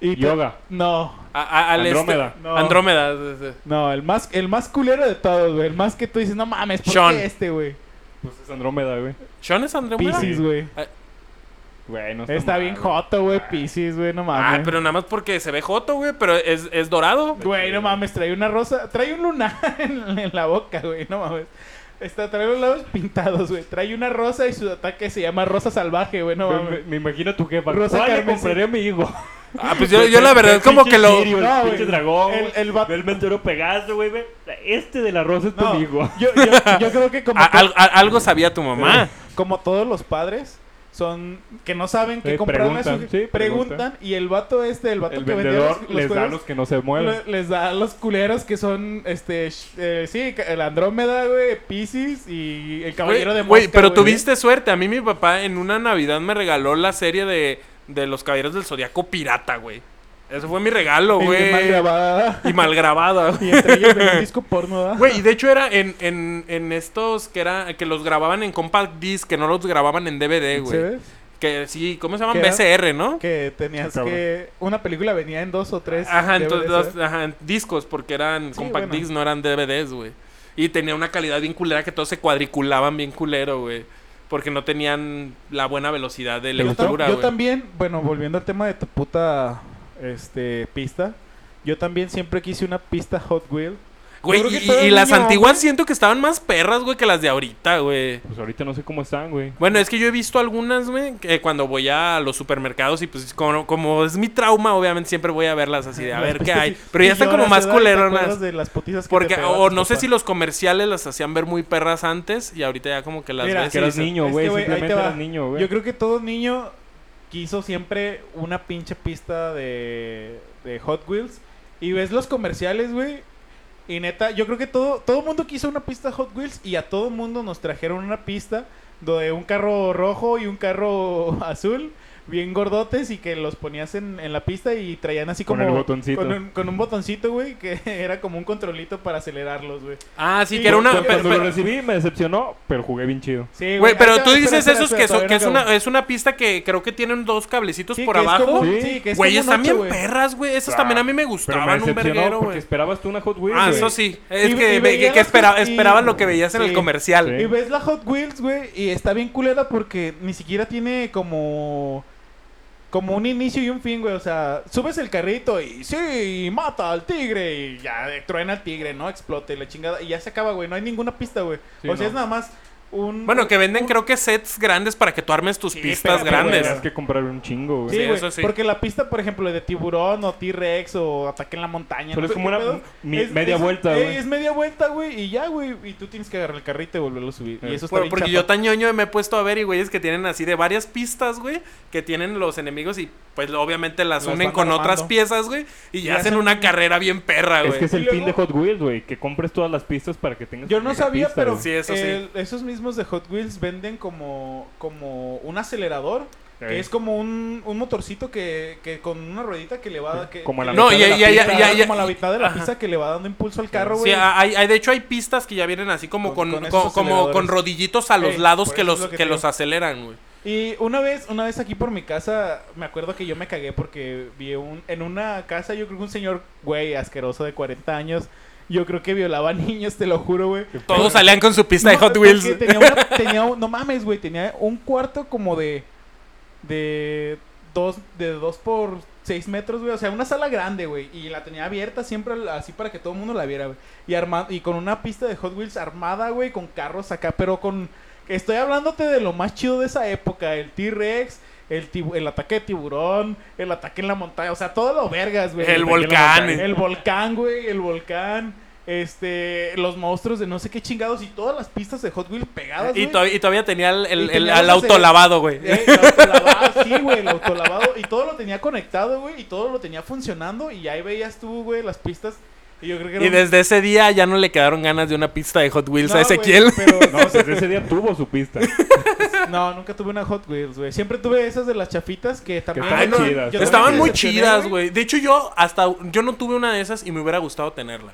C: Y te-
B: Yoga.
C: No,
A: A- a- al este-
B: Andrómeda.
C: No.
A: Andrómeda. sí, sí.
C: no, el más, el más culero de todos, güey. El más que tú dices, no mames, ¿por
A: Sean.
C: qué este, güey?
B: Pues es Andrómeda, güey.
A: ¿Sean es Andrómeda?
C: Pisces, güey.
B: Güey, no
C: Está
B: mal,
C: bien
B: güey.
C: joto, güey, Pisces, güey, no
A: Ah,
C: mames.
A: pero nada más porque se ve joto, güey, pero es, es dorado.
C: Güey, no mames, trae una rosa, trae un lunar en, en la boca, güey, no mames. Está, trae los labios pintados, güey. Trae una rosa y su ataque se llama rosa salvaje, güey, no
B: Me-
C: mames.
B: Me, me imagino a tu jefa.
C: Rosa
B: ¿Cuál le
C: carmesí.
B: compraré a mi hijo?
A: Ah, pues yo, yo la verdad
B: El
A: como
B: pinche
A: que lo...
B: Sirio,
C: No,
B: el
C: güey.
B: pinche dragón.
C: El-
B: El,
C: el va-
B: el mentero Pegaso, güey. ve. Este de la rosa es tu
C: No,
B: amigo.
C: Yo, yo- yo creo que como,
A: a-
C: to-
A: al- a- algo sabía tu mamá.
C: como todos los padres son que no saben qué
B: Eh,
C: comprarle a su-
B: preguntan, sí, preguntan.
C: preguntan y el vato este, el vato
B: El
C: que vendía
B: vendedor
C: los, los
B: les da a
C: juegos,
B: los que no se
C: le-
B: mueven.
C: les da a los culeros que son este sh- eh, sí, ca- el Andrómeda, güey, Pisces y el caballero
A: Güey,
C: de
A: güey,
C: mosca,
A: pero
C: güey. ¿eh?
A: tuviste suerte. A mí mi papá en una Navidad me regaló la serie de, de los Caballeros del Zodiaco Pirata, güey. Eso fue mi regalo,
C: Y bien mal
A: güey.
C: grabada.
A: Y mal grabada, güey.
C: Y entre ellos venía un disco porno, ¿verdad?
A: Güey, y de hecho era en, en, en estos que era que los grababan en compact disc, que no los grababan en DVD,
C: ¿Sí
A: güey.
C: ves?
A: Que sí, ¿cómo se llaman?
C: ¿Qué era?
A: BCR, ¿no?
C: Que tenías
B: Cabrón.
C: que... Una película venía en dos o tres.
A: Ajá, entonces,
C: DVDs,
A: dos-
C: ¿verdad?
A: ajá, en discos, porque eran
C: Sí,
A: compact
C: bueno.
A: discs, no eran DVDs, güey. Y tenía una calidad bien culera que todos se cuadriculaban bien culero, güey. Porque no tenían la buena velocidad de
B: ¿Te
C: Yo,
B: gustó?
A: lectura,
C: tam- yo
A: güey.
C: también, bueno, volviendo al tema de tu puta este, pista, yo también siempre quise una pista Hot Wheel.
A: Güey,
C: creo que
A: y,
C: todo
A: y
C: niño,
A: las antiguas
C: güey.
A: siento que estaban más perras, güey, que las de ahorita, güey.
B: Pues ahorita no sé cómo están, güey.
A: Bueno, es que yo he visto algunas, güey, que cuando voy a los supermercados y pues como, como es mi trauma, obviamente siempre voy a verlas así de a
C: Las
A: ver qué
C: pistas
A: hay.
C: y-
A: Pero
C: y
A: ya están como
C: lloras,
A: más
C: ¿verdad? Y te
A: culeronas.
C: acuerdas de las putizas que
A: Porque,
C: te pegaban
A: o
C: tus
A: no sé
C: papás.
A: si los comerciales las hacían ver muy perras antes y ahorita ya como que las
C: Mira,
A: ves.
B: Que
A: y
B: eras
A: dices,
B: niño,
C: Es
B: güey.
C: que, güey, ahí
B: Simplemente
C: te va.
B: eras niño, güey.
C: Yo creo que todo niño quiso siempre una pinche pista de, de Hot Wheels. Y ves los comerciales, güey. Y neta, yo creo que todo todo mundo quiso una pista Hot Wheels y a todo mundo nos trajeron una pista de un carro rojo y un carro azul bien gordotes y que los ponías en, en la pista y traían así
B: Con
C: como...
B: el botoncito.
C: Con un, con un botoncito, güey, que era como un controlito para acelerarlos, güey.
A: Ah, sí,
C: Sí,
A: que era una...
C: cu-
A: pero-
B: Cuando lo
A: pero-
B: recibí me decepcionó, pero jugué bien chido.
C: Sí,
A: Güey, pero
C: Ahorita-
A: tú dices
C: espera, espera,
A: esos que,
C: espera,
A: son- que
C: todavía
A: es,
C: no
A: una,
C: acabo.
A: es una pista que creo que tienen dos cablecitos
C: Sí,
A: por
C: que es
A: abajo.
C: como-
B: Sí.
C: sí, que es
A: Güey,
C: como un
A: están bien
C: ocho, güey.
A: perras, güey. Esas
B: Claro.
A: también a mí me
B: Pero me
A: gustaban un
B: decepcionó
A: verguero,
B: porque
A: güey.
B: esperabas tú una Hot Wheels.
A: Ah,
B: güey.
A: eso sí. Es
C: Y-
A: que, ve-
C: y veía
A: que
C: las
A: espera-
C: cosas y-
A: esperaban lo que veías en el
C: Sí.
A: comercial.
B: Sí.
C: Y ves la Hot Wheels, güey, y está bien culera porque ni siquiera tiene como como un inicio y un fin, güey. O sea, subes el carrito y sí, mata al tigre y ya eh, truena al tigre, ¿no? Explote la chingada y ya se acaba, güey. No hay ninguna pista, güey.
B: Sí,
C: o sea,
B: no.
C: es nada más un...
A: Bueno, que
C: un-
A: venden creo que sets grandes para que tú armes tus
C: Sí,
A: pistas
C: pero-
A: grandes.
B: Tienes que comprar un chingo, güey.
C: Sí,
A: Sí,
C: güey,
A: eso sí.
C: Porque la pista, por ejemplo, de tiburón o T-Rex o ataque en la montaña.
B: Solo es
C: no sé
B: como
C: qué
B: una
C: pedo,
B: mi- media vuelta,
C: eh,
B: güey.
C: Es media vuelta, güey, y ya, güey. Y tú tienes que agarrar el carrito y volverlo a subir. Y
B: Eh.
C: eso está
A: Por-
C: bien
A: porque
C: chafa.
A: yo tan ñoño me he puesto a ver y güeyes que tienen así de varias pistas, güey, que tienen los enemigos y pues obviamente las
C: Las
A: unen
C: van
A: con otras
C: armando.
A: piezas, güey, y, ya hacen
C: hacen
A: una carrera bien perra,
B: Es
A: güey.
B: que es
C: Y
B: el fin
C: luego-
B: de Hot Wheels, güey. Que compres todas las pistas para que tengas.
C: Yo
B: tu
C: no
B: propia
C: sabía,
B: pista,
C: pero
B: güey.
A: Sí, eso sí.
C: el- esos mismos de Hot Wheels venden como, como un acelerador, que
B: Eh,
C: es como un, un motorcito que, que con una ruedita que le va a... Que,
B: Como a
C: que
B: la
C: le-
A: No,
B: mitad
A: y,
B: de
A: y-
B: la
A: y-
C: que le
A: y-
C: da
A: y-
C: como a la mitad de la
A: ajá.
C: pista que le va dando impulso al carro,
A: Sí,
C: güey.
B: ah.
A: hay, hay- de hecho hay pistas que ya vienen así como con,
C: Con- con
A: co-
C: esos
A: como con
C: aceleradores.
A: rodillitos a los
C: Ey,
A: lados
C: Eh, por
A: que
C: eso
A: los
C: es lo
A: que,
C: que te
A: los
C: digo.
A: aceleran, güey.
C: Y una vez, una vez aquí por mi casa, me acuerdo que yo me cagué porque vi un, en una casa, yo creo que un señor, güey, asqueroso de 40 años, yo creo que violaba niños, te lo juro, güey.
A: Todos salían con su pista de
C: No,
A: Hot
C: porque
A: Wheels.
C: Tenía una- tenía un- no mames, güey. Tenía un cuarto como de. De. Dos, de dos por seis metros, güey. O sea, una sala grande, güey. Y la tenía abierta siempre al- así para que todo el mundo la viera, güey. Y, arma- y con una pista de Hot Wheels armada, güey. Con carros acá. Pero con. Estoy hablándote de lo más chido de esa época. El T-Rex. El, tibu- el ataque de tiburón, el ataque en la montaña, o sea, todo lo vergas, güey.
A: El
C: Ataque en la
A: volcán.
C: montaña, El volcán, güey, el volcán. Este, los monstruos de no sé qué chingados y todas las pistas de Hot Wheels pegadas,
A: Y,
C: güey.
A: to- y todavía tenía el, el,
C: Y tenía
A: el- al
C: los
A: auto
C: acele-
A: lavado, güey.
C: Eh, el autolavado, sí, güey, el autolavado. Y todo lo tenía conectado, güey, y todo lo tenía funcionando. Y ahí veías tú, güey, las pistas. Y yo creo que era
A: Y
C: un-
A: desde ese día ya no le quedaron ganas de una pista de Hot Wheels
C: No,
A: a
C: güey,
A: Ezequiel.
C: pero-
B: No, desde ese día tuvo su pista.
C: No, nunca tuve una Hot Wheels, güey. Siempre tuve esas de las chafitas que también.
B: estaban
A: Ay, no,
B: chidas.
C: yo
A: Estaban
C: también
A: muy
C: me decepcioné,
A: chidas, güey. De hecho, yo hasta yo no tuve una de esas y me hubiera gustado tenerla.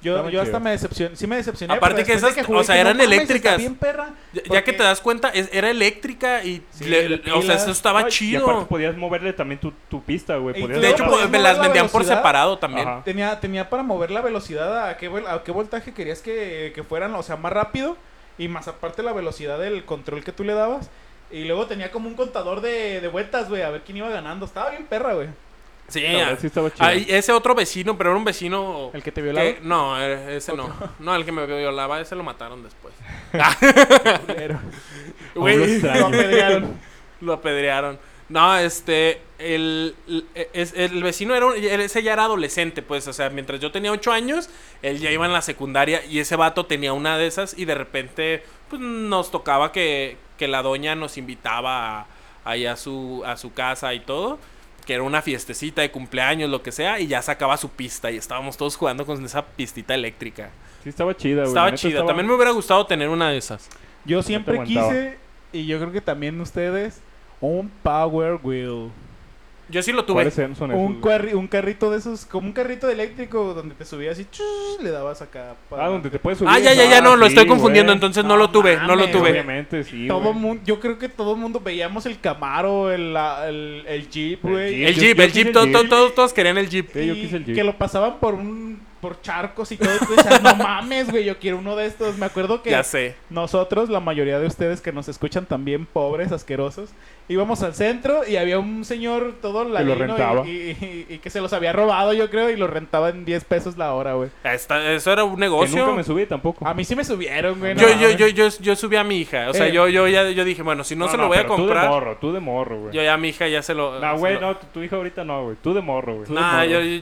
C: Yo,
B: Estaban
C: yo hasta
B: chidas.
C: me decepcioné. Sí, me decepcioné.
A: Aparte
C: pero
A: que
C: después de
A: esas,
C: jugué
A: o sea,
C: dije,
A: eran
C: "No mames, está
A: eléctricas".
C: bien perra.
A: Ya, ya
C: Porque-
A: que te das cuenta, es- era eléctrica y,
C: Sí,
A: le-
C: de
A: le- o sea,
C: pilas.
A: eso estaba
B: Ay, Y aparte
A: chido.
B: podías moverle también tu, tu pista, güey.
C: Y
B: podías
A: De hecho,
C: Claro,
A: pues,
B: moverla.
C: podías
A: me
C: mover
A: las
C: la
A: vendían por
C: velocidad.
A: separado también.
B: Ajá.
C: Tenía, tenía para mover la velocidad a qué, vol- a qué voltaje querías que, que fueran, o sea, más rápido. Y más aparte la velocidad del control que tú le dabas. Y luego tenía como un contador de, de vueltas, güey, a ver quién iba ganando. Estaba bien perra, güey.
A: Sí,
B: La verdad, sí estaba chido.
A: ahí, ese otro vecino, pero era un vecino...
C: El que
A: que-
C: te violaba.
A: no, eh, ese no. No, el que me violaba, ese lo mataron después.
C: Culero.
B: Aún lo
A: Güey,
C: Lo
B: extraño.
C: apedrearon.
A: Lo apedrearon. No, este, el, el- es- el vecino era, un- ese ya era adolescente, pues, o sea, mientras yo tenía ocho años, él ya iba en la secundaria y ese vato tenía una de esas y de repente, pues, nos tocaba que, que la doña nos invitaba a, ahí a su, a su casa y todo, que era una fiestecita de cumpleaños, lo que sea, y ya sacaba su pista y estábamos todos jugando con esa pistita eléctrica.
B: Sí, estaba chida, güey.
A: estaba
B: La neta
A: chida,
B: estaba-
A: también me hubiera gustado tener una de esas.
C: Yo siempre
B: aguantaba.
C: quise, y yo creo que también ustedes, un Power Wheel.
A: Yo sí lo tuve.
B: ¿Cuáles son esos,
C: Un,
B: güey?
C: carri- un carrito de esos, como un carrito de eléctrico donde te subías y chus, le dabas acá. para-
B: Ah, donde te puedes subir.
A: Ah, ya, ya, ya,
B: Ah,
A: no, lo
B: sí,
A: estoy confundiendo,
B: güey.
A: entonces no,
C: No
A: lo tuve, no lo
C: mames,
A: tuve.
B: Obviamente, sí.
C: Todo
B: güey.
C: mundo, yo creo que todo el mundo veíamos el Camaro, el, la- el, el Jeep,
B: El
C: güey.
A: El
B: Yo-
A: Jeep,
B: yo
A: el
B: quise
A: Jeep,
B: el
A: to-
B: Jeep.
A: to- todos, todos querían el Jeep.
B: Sí, yo quise el
C: y
B: Jeep.
C: Que lo pasaban por un por charcos y todo. y tú decías, no mames, güey, yo quiero uno de estos. Me acuerdo que
A: Ya sé.
C: nosotros, la mayoría de ustedes que nos escuchan también, pobres, asquerosos, íbamos al centro y había un señor todo ladino y-
B: rentaba.
C: Y, y- y que se los había robado, yo creo, y lo rentaba en 10 pesos la hora, güey.
A: Esta- eso era un
B: Que nunca me ¿eh?
A: negocio.
B: subí tampoco.
C: A mí sí me subieron, güey. no
A: Yo, yo,
C: mames.
A: yo, yo, yo subí a mi hija. O sea,
C: Eh.
A: yo, yo ya yo dije, bueno, si no, se lo voy a
B: pero Tú de
A: comprar,
B: morro, tú de morro, güey.
A: yo ya a mi hija ya se lo.
B: No,
A: se
B: güey,
A: lo-
B: no, tu, tu hija ahorita no, güey. Tú de morro, güey. Tú de
A: Nah,
B: morro.
A: yo. yo-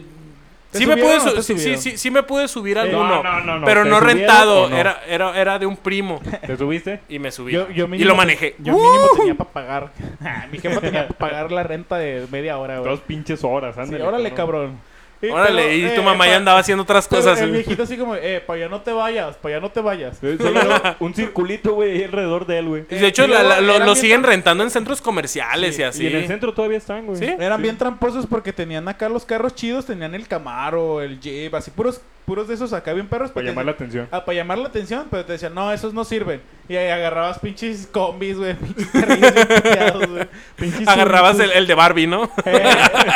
C: ¿Te
A: Sí me, pude
C: subieron o
A: su-
C: te
A: sí, sí,
C: subieron?
A: sí, sí me pude subir
B: No,
A: alguno,
B: no, no, no,
A: pero
B: ¿te
A: no
B: subieron
A: rentado,
B: o no?
A: era, era, era de un primo
B: ¿Te subiste?
A: y me subí.
C: Yo- yo
A: y
C: mínimo
A: lo
C: te-
A: manejé. Uh,
C: Yo mínimo tenía para pagar. Ah, Mi jefa tenía para pagar la renta de media hora, güey.
B: Dos pinches horas,
C: Sí,
B: ándale.
C: órale, cabrón. eh,
A: Órale, y tu mamá
B: eh,
A: ya
C: anda
A: andaba haciendo otras cosas.
C: El
A: ¿eh?
C: viejito así como, eh, para allá no te vayas, para allá no te vayas.
B: Eh, solo un circulito, güey, ahí alrededor de él, güey.
A: Y de hecho,
C: y
A: la-
C: luego
A: la- lo,
C: eran
A: lo
C: bien
A: siguen rentando en centros comerciales y así.
B: Y en el centro todavía están, güey.
A: ¿Sí?
C: Eran bien tramposos porque tenían acá los carros chidos, tenían el Camaro, el Jeep, así puros puros de esos acá bien perros.
B: Para llamar la atención.
C: para ah, llamar la atención, pero te decían, no, esos no sirven. Y ahí agarrabas pinches combis, güey, pinches carrillos bien puteados, güey. Pinches
A: Agarrabas el,
C: Suricos.
A: el de Barbie, ¿no?
C: Eh,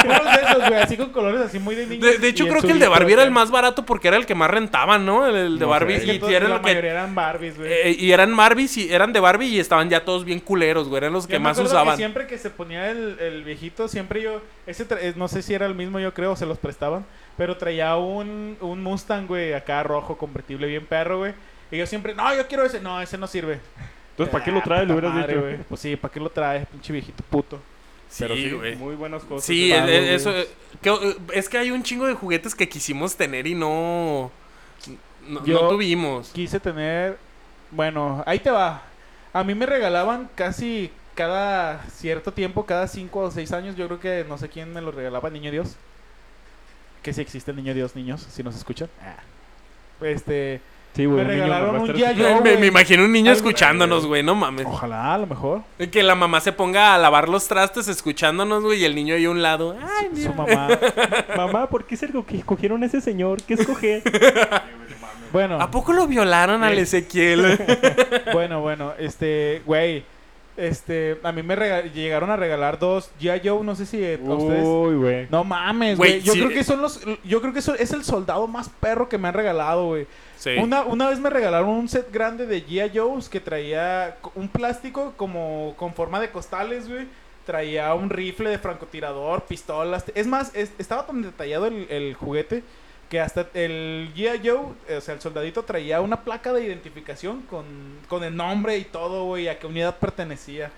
C: puros de esos, güey, así con colores así muy de niños.
A: De, de hecho,
C: Y
A: creo que el de
C: Surico
A: Barbie era
C: acá.
A: el más barato porque era el que más rentaban, ¿no? El, el de
B: No sé,
A: Barbie.
C: Es que
A: y,
C: todos-
A: y eran
C: la
A: lo que-
C: mayoría eran Barbies, güey.
A: eh, y eran Barbies y eran de Barbie y estaban ya todos bien culeros, güey. Eran los que
C: Yo me
A: más
C: acuerdo que
A: usaban.
C: siempre que se ponía el, el viejito, siempre yo, ese tra- eh, no sé si era el mismo, yo creo, o se los prestaban, pero traía un, un Mustang, güey, acá rojo, convertible, bien perro, güey. Y yo siempre, no, yo quiero ese, no, ese no sirve.
B: Entonces, ¿para Pues, qué
C: Ah,
B: lo traes?
C: puta
B: Lo hubieras
C: madre,
B: dicho.
C: güey. Pues sí, ¿para qué lo traes, pinche viejito puto?
B: Pero sí,
A: güey.
B: muy buenas cosas.
A: Sí,
B: Pablo,
A: eh, eh,
B: güey.
A: eso. eh, que, eh, es que hay un chingo de juguetes que quisimos tener y no. No, no
C: Yo-
A: tuvimos.
C: Quise tener, bueno, ahí te va. A mí me regalaban casi cada cierto tiempo, cada cinco o seis años, yo creo que no sé quién me lo regalaba, Niño Dios. Que si existe el Niño Dios, niños, si nos escuchan. Ah. Este,
B: Sí, güey.
C: Me
B: un niño
C: regalaron
B: con
C: un
B: rastas-
C: Yo,
A: me,
C: güey.
A: me imagino un niño
C: Ay,
A: escuchándonos, güey, no mames.
C: ojalá, a lo mejor.
A: Que la mamá se ponga a lavar los trastes escuchándonos, güey, y el niño ahí a un lado. Ay,
C: Su-
A: mira.
C: Su mamá.
B: Mamá, ¿por qué es el que escogieron a ese señor? ¿Qué escoge?
C: Bueno,
A: ¿A poco lo violaron al
C: Sí.
A: Ezequiel?
C: bueno, bueno, este, güey. Este, a mí me rega- llegaron a regalar dos G.I. Joe, no sé si eh, a ustedes.
B: Uy, güey.
C: No mames,
A: Uh. Güey,
C: güey. Yo
A: sí.
C: creo que son los. Yo creo que eso es el soldado más perro que me han regalado, güey.
A: Sí.
C: Una, una vez me regalaron un set grande de G.I. Joe's que traía co- un plástico como con forma de costales, güey. Traía un rifle de francotirador, pistolas. Es más, es- estaba tan detallado el, el juguete que hasta el G.I. Joe, eh, o sea, el soldadito traía una placa de identificación con, con el nombre y todo, güey, a qué unidad pertenecía.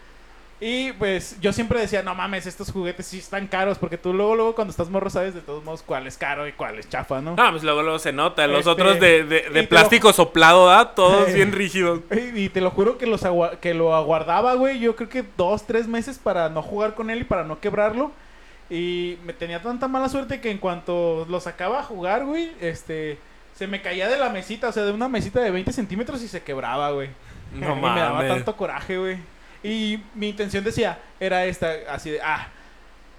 C: Y pues yo siempre decía, no mames, estos juguetes sí están caros, porque tú luego, luego cuando estás morro sabes de todos modos cuál es caro y cuál es chafa, ¿no?
A: Ah, pues luego, luego se nota. Los
C: Este,
A: otros de, de- de
C: y te lo-
A: plástico soplado, ¿ah? Todos
C: Sí.
A: bien rígidos.
C: Y, y te lo juro que, los agua- que lo aguardaba, güey. Yo creo que dos, tres meses para no jugar con él y para no quebrarlo. Y me tenía tanta mala suerte que en cuanto lo sacaba a jugar, güey, este, se me caía de la mesita, o sea, de una mesita de 20 centímetros y se quebraba, güey.
A: No
C: y me daba
A: mames.
C: tanto coraje, güey. Y mi intención decía, era esta, así de, ah,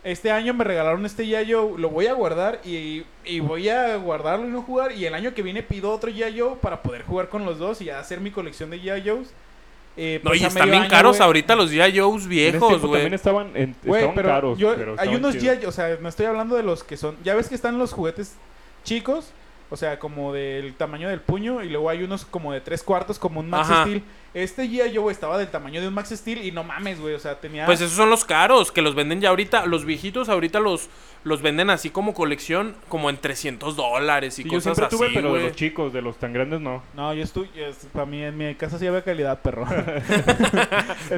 C: este año me regalaron este Yayo, lo voy a guardar y, y voy a guardarlo y no jugar. Y el año que viene pido otro Yayo para poder jugar con los dos y hacer mi colección de Yayos. Eh,
A: No,
C: pues,
A: y
C: a
A: están
C: medio
A: bien
C: año,
A: caros
C: güey.
A: ahorita los G.I. Joe's
B: En ese
A: viejos,
B: tiempo
A: güey.
B: También estaban, en,
C: Güey,
B: estaban
C: pero
B: caros.
C: yo-
B: pero
C: hay
B: estaban
C: unos
B: chidos.
C: G.I. o sea, no estoy hablando de los que son, ya ves que están los juguetes chicos, o sea, como del tamaño del puño y luego hay unos como de tres cuartos, como un Max
A: Ajá.
C: Steel. Este G.I. yo estaba del tamaño de un Max Steel y no mames, güey, o sea, tenía...
A: Pues esos son los caros, que los venden ya ahorita. Los viejitos ahorita los, los venden así como colección, como en 300 dólares y
B: Sí, yo
A: cosas
B: siempre
A: así,
B: tuve, pero de
A: güey.
B: los chicos, de los tan grandes no.
C: No, yo estoy, para mí en mi casa sí había calidad, perro.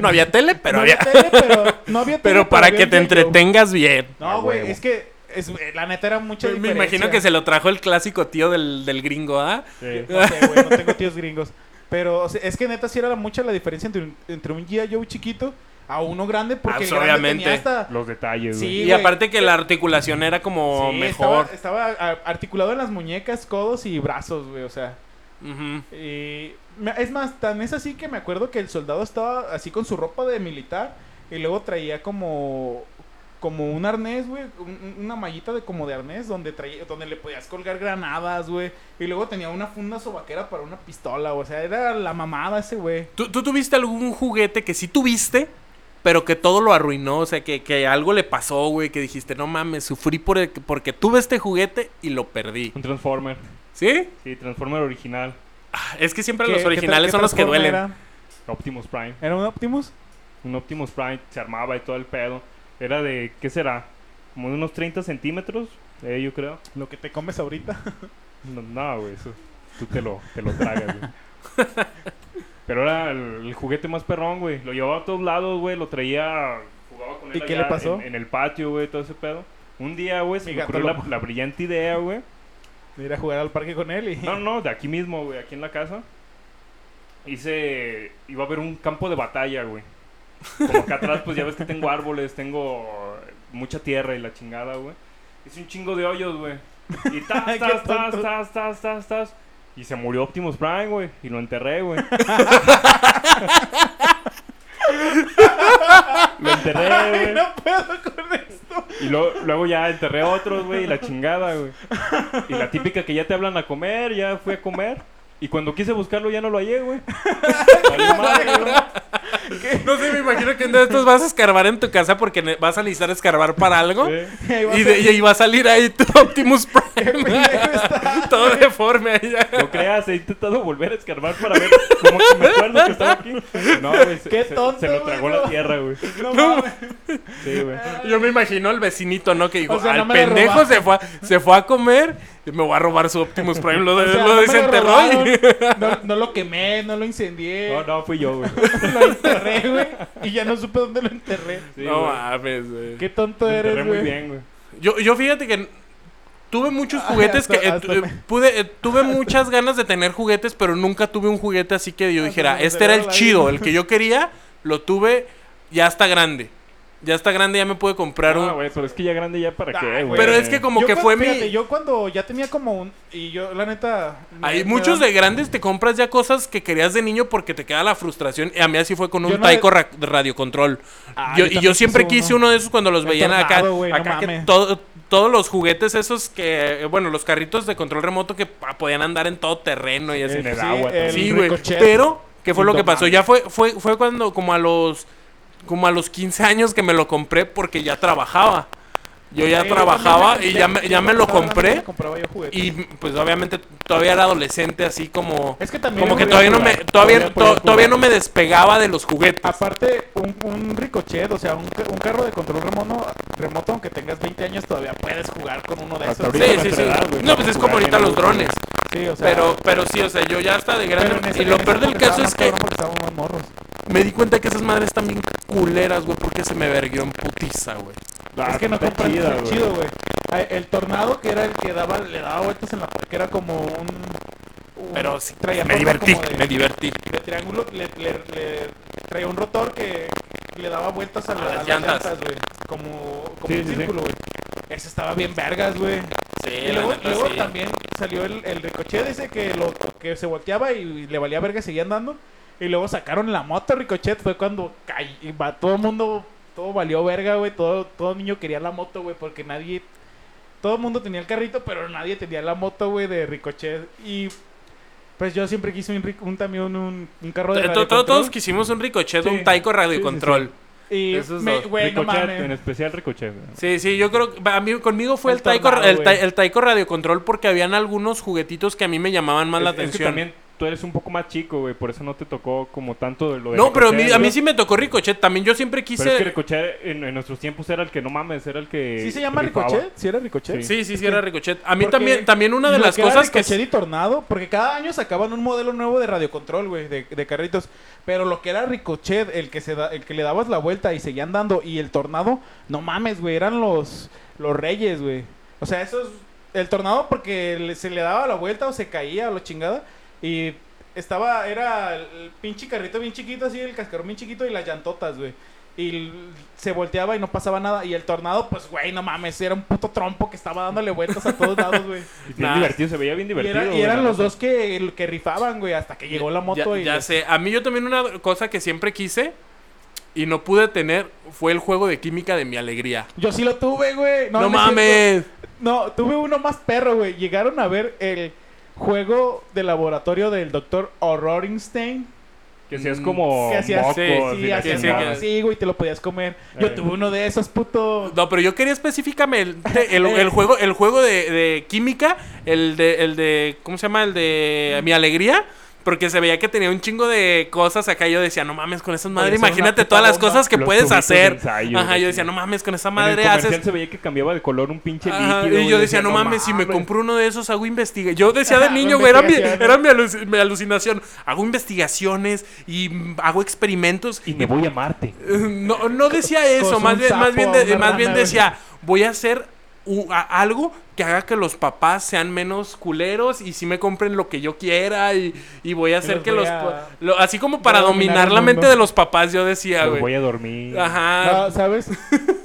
A: No había tele, pero
C: no
A: había...
C: tele, pero no había tele,
A: Pero para
C: había
A: que
C: un
A: te
C: G.I. Joe.
A: entretengas bien.
B: Ah,
C: No, güey,
B: huevo.
C: es que es, la neta era mucha
A: Me imagino que se lo trajo el clásico tío del, del gringo, ¿ah?
B: Sí.
C: No sé, güey, no tengo tíos gringos. Pero o sea, es que neta sí era la- mucha la diferencia entre un, entre un G.I. Joe chiquito a uno grande porque
A: pues,
C: el grande
A: obviamente.
C: tenía hasta...
B: Los detalles,
C: Sí,
B: güey.
A: Y,
C: güey.
A: aparte que la articulación era como
C: Sí,
A: mejor.
C: Estaba, estaba, a- articulado en las muñecas, codos y brazos, güey, o sea.
A: Ujú.
C: Y me- es más, tan es así que me acuerdo que el soldado estaba así con su ropa de militar y luego traía como como un arnés, güey, un- un- una mallita de como de arnés donde traía donde le podías colgar granadas, güey, y luego tenía una funda sobaquera para una pistola, o sea, era la mamada ese güey.
A: ¿Tú, tú tuviste algún juguete que sí tuviste, pero que todo lo arruinó? O sea, que, que algo le pasó, güey, que dijiste, no mames, sufrí por el- porque tuve este juguete y lo perdí.
B: Un Transformer.
A: ¿Sí?
B: Sí, Transformer original.
A: Ah, Es que siempre
C: ¿Qué-
A: los
C: qué tra-
A: originales
C: qué
A: son los que
C: Transformer
A: duelen.
C: Era?
B: Optimus Prime.
C: ¿Era un Optimus?
B: Un Optimus Prime se armaba y todo el pedo. Era de, ¿qué será? Como de unos 30 centímetros, eh, yo creo.
C: Lo que te comes ahorita.
B: No, no, güey, eso tú te lo, te lo tragas, güey. Pero era el, el juguete más perrón, güey. Lo llevaba a todos lados, güey. Lo traía, jugaba con él
C: ¿Y qué
B: allá
C: le pasó?
B: En, en el patio, güey, todo ese pedo. Un día, güey, se
C: Mi
B: me
C: gato
B: ocurrió la,
C: loco.
B: la brillante idea, güey.
C: De ir a jugar al parque con él y
B: No, no, de aquí mismo, güey, aquí en la casa. Hice. Iba a haber un campo de batalla, güey. Como acá atrás, pues ya ves que tengo árboles, tengo mucha tierra y la chingada, güey. Hice un chingo de hoyos, güey. Y tas,
C: Qué
B: tas, tas,
C: tonto.
B: tas, tas, tas, tas. Y se murió Optimus Prime, güey. Y lo enterré, güey. lo enterré,
C: Ay,
B: güey.
C: no puedo con esto.
B: Y lo- luego ya enterré otros, güey. Y la chingada, güey. Y la típica que ya te hablan a comer, ya fui a comer. Y cuando quise buscarlo ya no lo hallé, güey. Valió madre, güey.
A: No sé, me imagino que un día de estos vas a escarbar en tu casa porque ne- vas a necesitar escarbar para algo.
B: Sí.
C: Y ahí va a
A: Y,
C: ser-
A: de- y ahí va a salir ahí tu Optimus Prime.
C: pendejo está.
A: Todo deforme ahí.
B: No creas, he intentado volver a escarbar para ver cómo que me acuerdo que estaba aquí. No, güey. se-
C: Qué
B: se-
C: tonto,
B: Se, lo
C: güey,
B: tragó
C: no.
B: la tierra, güey.
C: No mames.
B: Sí, güey.
A: Yo me imagino al vecinito, ¿no? Que dijo,
C: O sea, no
A: al
C: me la
A: pendejo
C: robaste".
A: se fue, a, se fue a comer y me voy a robar su Optimus Prime. Lo, de-
C: O sea,
A: lo
C: no me lo
A: desenterró y-
C: robaron, No, no lo quemé, no lo incendié.
B: No, no, fui yo, güey.
C: Lo enterré, güey. Y ya no supe dónde lo enterré.
B: Sí,
A: no
B: güey.
A: mames, güey.
C: Qué tonto
B: Lo
C: eres,
B: enterré muy
C: güey.
B: bien, güey.
A: Yo, yo fíjate que tuve muchos
C: Ay,
A: juguetes
C: hasta-
A: que eh,
C: hasta
A: tu-
C: me-
A: pude, eh, tuve muchas ganas de tener juguetes, pero nunca tuve un juguete así que yo
C: Hasta
A: dijera,
C: me
A: este era el
C: aceleró la
A: chido,
C: vida".
A: el que yo quería, lo tuve, ya está grande. Ya está grande, ya me pude comprar un.
B: Ah, güey, pero es que ya grande ya para qué, güey.
A: pero es que como
C: Yo
A: que
C: cuan-
A: fue
C: fíjate,
A: mi.
C: Yo cuando ya tenía como un. Y yo, la neta. me-
A: Hay
C: me
A: muchos
C: da-
A: de grandes te compras ya cosas que querías de niño porque te queda la frustración. Y A mí así fue con
C: Yo
A: un
C: no
A: Taiko ra- radiocontrol.
C: Ah,
A: Yo-
C: yo
A: y yo
C: también
A: siempre
C: quise
A: quise
C: uno.
A: uno de esos cuando los
C: El
A: veían acá.
C: tornado, güey, no
A: acá que
C: mames.
A: todo- todos los juguetes esos que, eh, bueno, los carritos de control remoto que pa, podían andar en todo terreno y así.
B: En el
C: Sí,
B: agua.
C: el-
B: también.
A: Sí, güey.
C: ricochet.
A: Pero, ¿qué fue lo que
B: Indomable.
A: pasó? Ya fue, fue, fue cuando, como a los como a los 15 años que me lo compré porque ya trabajaba. Yo ya
C: Eh,
A: trabajaba
C: también
A: y ya me, ya me lo
C: compraba, también
A: compré.
C: me compraba yo juguetes.
A: Y pues obviamente todavía era adolescente, así como.
C: Es que también
A: Como
C: yo
A: que
C: podía
A: todavía no me.
C: jugar,
A: Todavía,
C: podía
A: to- todavía
C: jugar.
A: no me despegaba de los juguetes.
C: Aparte, un, un ricochet, o sea, un, ca- un carro de control remoto, remoto, aunque tengas 20 años, todavía puedes jugar con uno de
B: Hasta
C: esos.
A: Sí,
B: ahorita
A: sí, sí.
B: nuestra edad, güey,
A: No, pues es como
B: jugar
A: ahorita
B: en
A: los
B: algo.
A: drones.
C: Sí, o sea,
A: Pero, pero sí, o sea, yo ya hasta de
C: pero en
A: grande.
C: ese-
A: Y lo
C: en
A: peor
C: ese
A: del
C: tiempo
A: caso es
C: estaba más
A: que
C: cabrón porque estábamos más morros.
A: me di cuenta que esas madres están bien culeras, güey, porque se me verguió en putiza, güey.
B: Ah,
C: es que no
B: está
C: compran
B: chida,
C: está chido, güey. Ay, El tornado que era el que daba, le daba vueltas en la que era como un. un-
A: Pero sí,
C: traía
A: me
C: forma
A: divertí,
C: como de-
A: me divertí.
C: de triángulo le, le, le traía un rotor que le daba vueltas a, la-
A: A
C: a
A: las
C: las
A: llantas.
C: llantas, güey. Como, como
B: Sí,
C: un
B: sí, sí.
C: círculo, güey. Ese estaba bien vergas, güey.
A: Sí,
C: y
A: la
C: luego,
A: neta,
C: luego
A: sí.
C: también salió el, el ricochet ese que, lo, que se volteaba y le valía verga, seguía andando. Y luego sacaron la moto ricochet. Fue cuando cay- y va, todo el mundo, todo valió verga, güey. Todo, todo niño quería la moto, güey, porque nadie... Todo el mundo tenía el carrito, pero nadie tenía la moto, güey, de ricochet. Y pues yo siempre quise un, ric- un también un, un carro de
A: To- to-
C: radiocontrol.
A: Todos quisimos un ricochet,
B: Sí.
A: un taiko radiocontrol.
C: Y
A: Esos
C: me-
A: dos.
C: güey, no
B: Ricochet,
C: mames.
B: en especial Ricochet. güey.
A: Sí, sí, yo creo que a mí, conmigo fue el,
C: El
A: taiko,
C: tornado,
A: el, ta-
C: güey.
A: el taiko radiocontrol porque habían algunos juguetitos que a mí me llamaban más la
B: Es- es que
A: atención.
B: también tú eres un poco más chico, güey. Por eso no te tocó como tanto de lo de
A: No, pero a mí,
B: Ricochet,
A: a mí
B: güey.
A: sí me tocó Ricochet. También yo siempre
B: Pero es que
A: quise.
B: Ricochet en, en nuestros tiempos era el que no mames, era el que.
C: ¿Sí se llama
B: rifaba.
C: Ricochet? ¿Sí era Ricochet?
A: Sí, sí, sí, era Ricochet. A mí
C: Porque
A: también, también una de
C: lo
A: las
C: que era
A: cosas que.
C: Ricochet y Tornado, porque cada año sacaban un modelo nuevo de radiocontrol, güey, de, de carritos. Pero lo que era Ricochet, el que, se da, el que le dabas la vuelta y seguían dando, y el Tornado, no mames, güey, eran los, los reyes, güey. O sea, esos... El Tornado porque le- se le daba la vuelta o se caía o la chingada, y estaba... Era el pinche carrito bien chiquito, así, el cascarón bien chiquito y las llantotas, güey. Y l- se volteaba y no pasaba nada. Y el tornado, pues, güey, no mames, era un puto trompo que estaba dándole vueltas a todos lados, güey.
B: Y bien
A: Nah.
B: divertido, se veía bien
C: Y,
B: divertido.
C: era- y
B: güey,
C: eran
B: la
C: los
B: neta.
C: dos que, que rifaban, güey, hasta que llegó la moto
A: ya
C: y...
A: ya
C: les-
A: sé. A mí yo también una cosa que siempre quise y no pude tener fue el juego de química de mi alegría.
C: Yo sí lo tuve, güey.
A: No,
C: No, no es cierto.
A: mames.
C: No, tuve uno más perro, güey. Llegaron a ver el juego de laboratorio del doctor O'Rorenstein.
B: Que hacías como.
C: Que hacías...
B: Oh, mocos
A: sí,
B: y
C: sí,
B: la
C: hacías
A: sí,
B: chingada.
A: que-
C: sí, güey, te lo podías comer. Yo
B: Eh.
C: tuve uno de esos, puto...
A: No, pero yo quería específicamente el, el juego, el juego de, de química, el de, el de, ¿cómo se llama? El de mi alegría. Porque se veía que tenía un chingo de cosas acá. y Yo decía, no mames, con esas madres,
C: Oye, son una
A: imagínate
C: puta
A: todas las
C: bomba.
A: cosas que
B: Los
A: puedes
B: tubitos de
A: hacer.
B: ensayo,
A: Ajá,
B: güey,
A: yo decía,
B: sí.
A: no mames, con esa
B: en el
A: madre
B: comercial
A: haces.
B: se veía que cambiaba de color un pinche
A: Ajá,
B: líquido.
A: y
B: güey,
A: yo decía, no mames, si me compro uno de esos, hago investigaciones. Yo decía de
C: Hago
A: niño, güey, era, mi,
C: investigaciones.
A: era mi, aluci- mi alucinación. Hago investigaciones y mm, hago experimentos.
B: Y me voy a Marte.
A: No, no decía eso,
C: un
A: más bien, más
C: sapo
A: bien,
C: a
A: de-
C: una
A: más bien
C: rana, güey.
A: decía, voy a hacer u- a- algo que haga que los papás sean menos culeros y si me compren lo que yo quiera y, y voy a hacer
C: los
A: que
C: voy
A: los...
C: a-
A: po- lo- así como para
C: voy a dominar
A: dominar
C: el
A: la
C: mundo.
A: mente de los papás, yo decía,
B: Me voy
A: güey.
B: a dormir.
A: Ajá.
C: No, ¿sabes?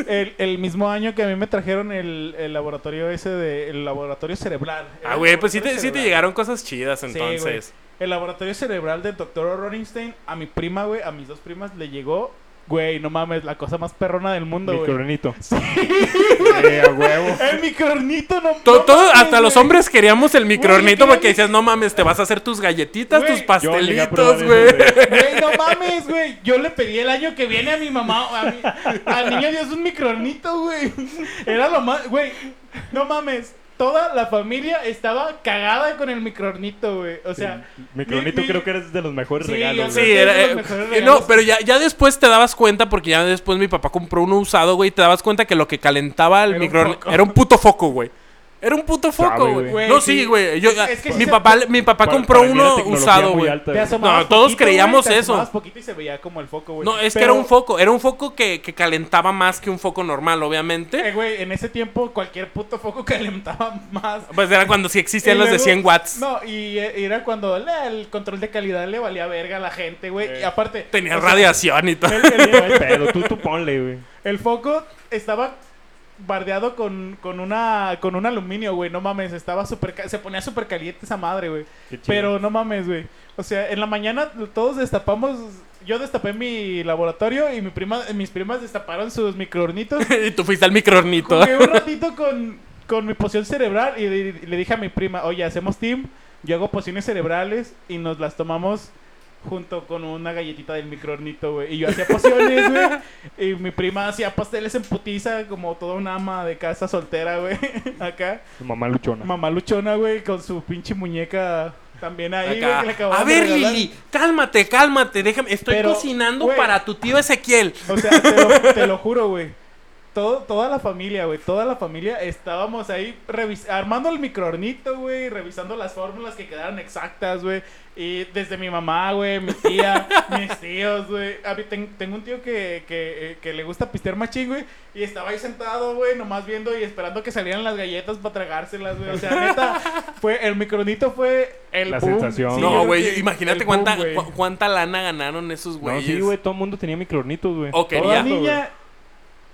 C: el, el mismo año que a mí me trajeron el, el laboratorio ese de. El laboratorio cerebral. El
A: Ah, güey, pues sí te, sí
C: laboratorio
A: te
C: cerebral.
A: llegaron cosas chidas
C: Sí, güey.
A: entonces.
C: el laboratorio cerebral del doctor Rorinstein a mi prima, güey, a mis dos primas le llegó. Güey, no mames, la cosa más perrona del mundo, güey.
B: Micronito. Eh, a huevo.
C: El micronito no.
A: To-
C: no
A: todo-
C: mames,
A: hasta los
C: güey.
A: hombres queríamos el micronito
C: Güey,
A: porque
C: qué-
A: decías, no mames, te vas a hacer tus galletitas,
C: Güey,
A: tus
B: Yo llegué a
A: pastelitos,
B: probar
A: güey.
B: eso, güey.
C: Güey, no mames, güey. Yo le pedí el año que viene a mi mamá, a mi, al niño Dios un micronito, güey. Era lo más, güey. No mames. Toda la familia estaba cagada con el micronito, güey. O sea,
B: Micronito
C: mi-
B: creo que eres de los mejores
C: Sí, yo
B: regalos.
A: Sí,
C: creo
B: güey.
C: que
A: era,
C: es de los
A: eh,
C: mejores
A: eh, no,
C: regalos.
A: pero ya, ya después te dabas cuenta, porque ya después mi papá compró uno usado, güey, y te dabas cuenta que lo que calentaba el
C: Era un
A: micro
C: foco.
A: era un puto foco, güey. Era un puto
B: Sabe,
A: foco, güey.
C: güey.
A: No,
C: Güey,
A: sí,
C: sí.
A: güey. yo-
C: Es que sí
A: mi,
C: se-
A: papá, mi papá
B: Para-
A: compró
B: para mí era
A: uno
B: tecnología
A: usado,
B: muy
A: güey.
B: alta,
C: te asomabas
A: No, todos
C: poquito,
A: creíamos
C: güey, te
A: eso.
C: asomabas poquito y se veía como el foco, güey.
A: No, es que
C: Pero,
A: era un foco. Era un foco que, que calentaba más que un foco normal,
C: eh,
A: obviamente.
C: güey, en ese tiempo cualquier puto foco calentaba más.
A: Pues era cuando sí existían
C: Y
A: los de
C: luego-
A: 100 watts.
C: No, y eh, era cuando la- el control de calidad le valía verga a la gente, güey.
B: Eh.
C: Y aparte.
A: Tenía
C: o sea,
A: radiación y todo.
C: el- el-
B: No hay pedo, tú, tú ponle, güey.
C: El foco estaba bardeado con, con una con un aluminio, güey. No mames, estaba súper ca- se ponía súper caliente esa madre, güey.
B: Qué chido.
C: Pero no mames, güey. O sea, en la mañana todos destapamos yo destapé mi laboratorio y mi prima mis primas destaparon sus microornitos.
A: y tú fuiste al microornito.
C: Jugué un ratito con, con mi poción cerebral y, di- le dije a mi prima, "Oye, hacemos team. Yo hago pociones cerebrales y nos las tomamos junto con una galletita del microornito, güey. Y yo hacía pociones, güey. Y mi prima hacía pasteles en putiza, como toda una ama de casa soltera, güey. Acá.
B: Tu Mamá luchona.
C: Mamá luchona, güey, con su pinche muñeca también ahí, güey,
A: Acá.
C: que le
A: A
C: acababan de
A: ver,
C: regalar.
A: Lili, cálmate, cálmate. Déjame, estoy
C: Pero,
A: cocinando
C: güey.
A: para tu tío Ezequiel.
C: O sea, te lo, te lo juro, güey. Todo, toda la familia, güey, toda la familia estábamos ahí revis- armando el microornito, güey, revisando las fórmulas que quedaron exactas, güey. Y desde mi mamá, güey, mi tía, mis tíos, güey. A mí ten- tengo un tío que, que, eh, que le gusta pistear machín, güey. Y estaba ahí sentado, güey, nomás viendo y esperando que salieran las galletas para tragárselas, güey. O sea, neta, fue, el microornito fue el
B: La
C: boom.
B: sensación.
C: Sí,
B: yo
A: no,
B: creo
A: güey,
C: el
A: imagínate
C: boom,
A: cuánta,
C: güey.
A: cu- cuánta lana ganaron esos
B: No,
A: güeyes.
B: sí, güey, todo el mundo tenía micronitos, güey.
A: O
B: Todo
A: quería.
C: Toda
B: el mundo, güey.
C: niña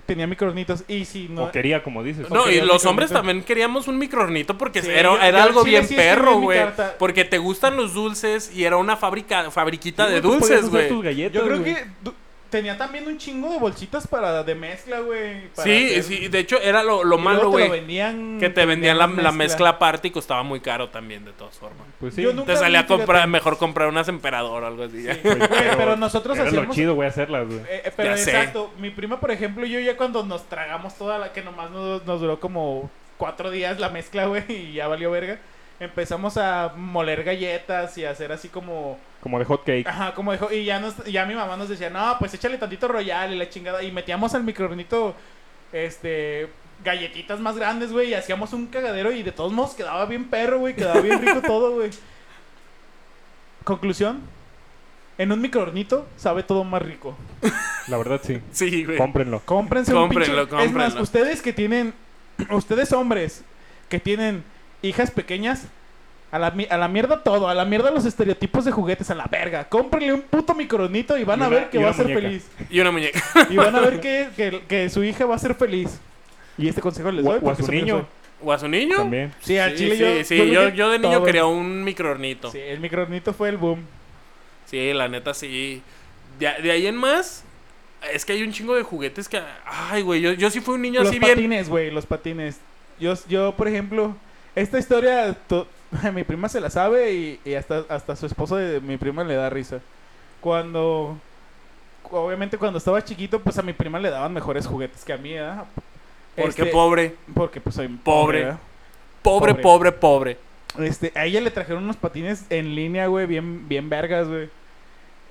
C: tenía microornitos. Y si no,
B: O quería, como dices.
A: No,
C: Ok,
A: y
C: el
A: los hombres
C: microornito.
A: también queríamos un microornito porque
C: Sí,
A: era,
C: yo-
A: era
C: yo
A: algo
C: al chile
A: bien
C: sí escribí
A: perro,
C: mi
A: güey.
C: carta.
A: Porque te gustan los dulces y era una fábrica, fabriquita
B: Sí,
A: de
B: güey, tú podías
A: dulces,
B: usar
A: güey.
B: tus galletas,
C: Yo creo
B: güey.
C: que du- tenía también un chingo de bolsitas para de mezcla, güey. para
A: Sí,
C: hacer-
A: sí, de hecho era lo, lo
C: y luego
A: malo,
C: te lo
A: güey.
C: vendían-
A: Que te vendían la, la mezcla aparte y costaba muy caro también, de todas formas.
B: Pues sí.
C: Yo nunca-
A: Te salía a
C: vi, fíjate.
A: comprar, mejor comprar unas emperador o algo así. ya.
B: Güey,
C: Güey, pero nosotros
B: era lo
C: hacíamos-
B: chido, güey, hacerlas, güey.
C: Eh, eh, pero
A: Ya sé.
C: exacto, mi prima, por ejemplo, yo ya cuando nos tragamos toda la que nomás nos, nos duró como cuatro días la mezcla, güey, y ya valió verga. Empezamos a moler galletas y a hacer así como
B: Como de hot cake.
C: Ajá, como dijo, y ya, nos, ya mi mamá nos decía, no, pues échale tantito royal y la chingada. Y metíamos al microornito, este, galletitas más grandes, güey, y hacíamos un cagadero y de todos modos quedaba bien perro, güey, quedaba bien rico todo, güey. Conclusión, en un microornito sabe todo más rico.
B: La verdad, sí.
A: Sí, güey.
B: Cómprenlo.
C: Cómprense un pinche-
A: Cómprenlo,
C: Es más,
A: cómprenlo.
C: ustedes que tienen, ustedes hombres que tienen hijas pequeñas, a la, mi- a la mierda todo, a la mierda los estereotipos de juguetes, a la verga. Cómprenle un puto micronito y van
B: Y
C: a
B: una-
C: ver que
B: y
C: va a
B: una
C: ser
B: muñeca.
C: feliz.
A: Y una muñeca.
C: Y van a ver que, que- que su hija va a ser feliz. Y este consejo les
B: O-
C: doy
B: o a
C: porque
B: su
C: se me
B: niño.
C: fue.
A: ¿O a su niño?
B: También.
C: Sí, al
A: Sí,
C: chile
A: sí,
C: yo,
A: sí.
C: yo
A: Yo,
C: creo
A: yo,
C: que
A: de niño
C: todo.
A: quería un microornito.
C: Sí,
A: Sí.
C: el micronito fue el boom.
A: la neta sí. De, de ahí en más, es que hay un chingo de juguetes que. Ay, güey, yo, yo sí fui un niño
C: los
A: así bien.
C: patines, güey, los patines. Yo, yo, por ejemplo, esta historia to- mi prima se la sabe y, y hasta, hasta su esposo de mi prima le da risa. Cuando, obviamente cuando estaba chiquito, pues a mi prima le daban mejores juguetes que a mí, ¿verdad?
A: Porque
C: Este,
A: pobre,
C: Porque pues soy
A: Pobre.
C: ¿verdad?
A: pobre, pobre,
C: pobre.
A: pobre.
C: Este, a ella le trajeron unos patines en línea, güey, bien, bien vergas, güey.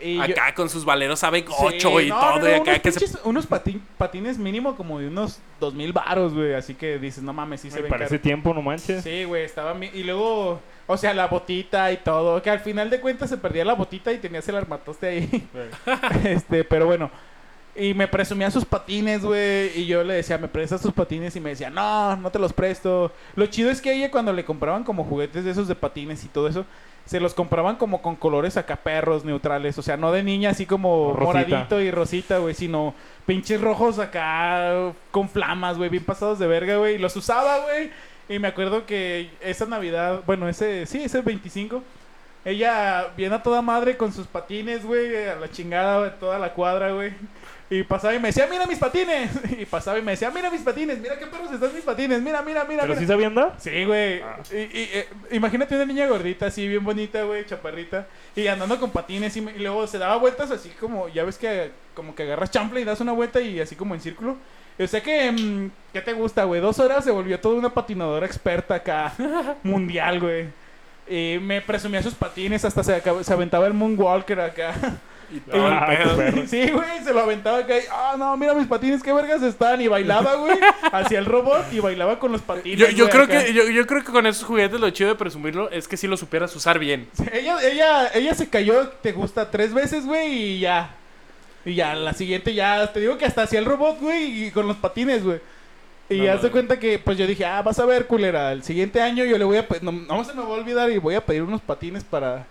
C: Y yo-
A: Acá con sus valeros sabe
C: Sí,
A: 8 y
C: no, no,
A: todo. y
C: no,
A: acá
C: unos,
A: que se.
C: pinches- unos pati- patines mínimo como de unos dos mil baros, güey. Así que dices, no mames, sí se
B: Güey,
C: ven
B: Para ese
C: caros.
B: tiempo, no manches.
C: Sí, güey, estaba... mi- Y luego, o sea, la botita y todo. Que al final de cuentas se perdía la botita y tenías el armatoste ahí.
B: Güey.
C: este, pero bueno. Y me presumía sus patines, güey. Y yo le decía, ¿me prestas tus patines? Y me decía, no, no te los presto. Lo chido es que a ella cuando le compraban como juguetes de esos de patines y todo eso, se los compraban como con colores acá perros neutrales. O sea, no de niña así como
B: Rosita.
C: moradito y rosita, güey, sino pinches rojos acá con flamas, güey, bien pasados de verga, güey. Y los usaba, güey. Y me acuerdo que esa Navidad, bueno, ese, sí, ese 25, ella viene a toda madre con sus patines, güey, a la chingada, güey, toda la cuadra, güey. Y pasaba y me decía, mira mis patines. Y pasaba y me decía, mira mis patines, mira qué perros están mis patines, mira, mira, mira.
B: ¿Pero
C: mira.
B: sí sabía andar?
C: Sí, güey.
B: Ah.
C: Y, y, eh, imagínate una niña gordita, así, bien bonita, güey, chaparrita. Y andando con patines y, me- y luego se daba vueltas así como, ya ves que como que agarras champla y das una vuelta y así como en círculo. O sea que, mm, ¿qué te gusta, güey? Dos horas se volvió toda una patinadora experta acá, mundial, güey. Y me presumía sus patines, hasta se, acab- se aventaba el Moonwalker acá.
A: Y todo
B: Ah,
A: el pedo.
B: qué perro.
C: Sí, güey, se lo aventaba acá y, ah, no, mira mis patines, qué vergas están. Y bailaba, güey, hacia el robot y bailaba con los patines.
A: Yo, yo
C: güey,
A: creo
C: acá.
A: que, yo, yo creo que con esos juguetes lo chido de presumirlo es que si lo supieras usar bien.
C: Ella, ella, ella se cayó, te gusta, tres veces, güey, y ya. Y ya, la siguiente ya, te digo que hasta hacía el robot, güey, y con los patines, güey. Y
A: No,
C: ya
A: no,
C: se
A: no.
C: cuenta que, pues yo dije, ah, vas a ver, culera, el siguiente año yo le voy a, pe- no, no se me va a olvidar y voy a pedir unos patines para...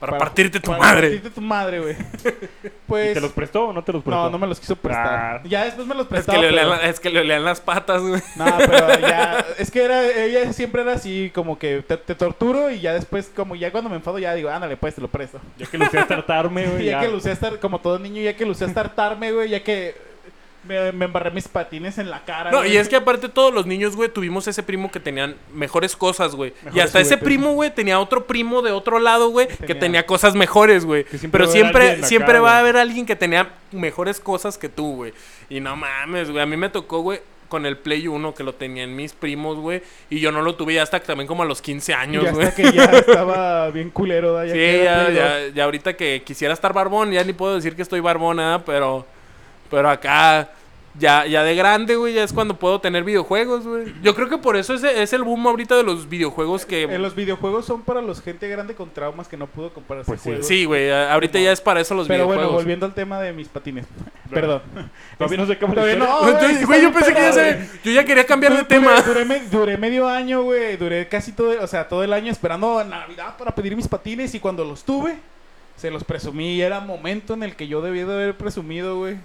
A: Para,
C: Para-
A: partirte tu
C: para
A: madre.
C: partirte tu madre, güey.
B: ¿Y
C: pues...
B: te los prestó o no te los prestó?
C: No, no me los quiso prestar.
B: Ah.
C: Ya después me los
A: Es
C: prestó.
A: que, le
C: pero-
A: olean, la- es que le olean las patas, güey.
C: No, pero ya. Es que era, ella siempre era así, como que te, te torturo y ya después, como ya cuando me enfado, ya digo, ándale, pues te lo presto.
B: Ya que lucía tartarme, güey.
C: Y ya que lucé estar, como todo niño, ya que lucé a tartarme, güey, ya que me, me embarré mis patines en la cara.
A: No,
C: güey.
A: y es que aparte todos los niños, güey, tuvimos ese primo que tenían mejores cosas, güey. Y
C: Mejores
A: hasta ese
C: juguetes.
A: primo, güey, tenía otro primo de otro lado, güey, que
C: Tenía-
A: tenía cosas mejores, güey.
B: Que siempre
A: Pero
B: va a haber
A: siempre,
B: alguien acá,
A: siempre va a
B: güey.
A: haber alguien que tenía mejores cosas que tú, güey. Y no mames, güey. A mí me tocó, güey, con el Play 1 que lo tenían mis primos, güey. Y yo no lo tuve ya hasta también como a los 15
C: Y
A: años,
C: hasta
A: güey.
C: que ya estaba bien culero, da, ya
A: Sí,
C: que
A: ya,
C: era Play dos.
A: ya, ya ahorita que quisiera estar barbón, ya ni puedo decir que estoy barbón, nada, pero, pero acá, ya, ya de grande, güey, ya es cuando puedo tener videojuegos, güey. Yo creo que por eso es, es el boom ahorita de los videojuegos que...
C: Eh, los videojuegos son para los gente grande con traumas que no pudo comprarse
B: Pues sí.
C: juegos.
A: Sí, güey, a- ahorita ya es para eso los
C: Pero bueno,
A: videojuegos.
C: volviendo al tema de mis patines. Perdón.
B: Todavía no se acaba la
C: Todavía
B: historia.
C: no.
A: Entonces, güey, yo pensé que ya se... Yo ya quería cambiar de
C: Duré-
A: tema.
C: Duré, me- duré medio año, güey. Duré casi todo, o sea, todo el año esperando a Navidad para pedir mis patines y cuando los tuve, se los presumí. Era momento en el que yo debía de haber presumido, güey.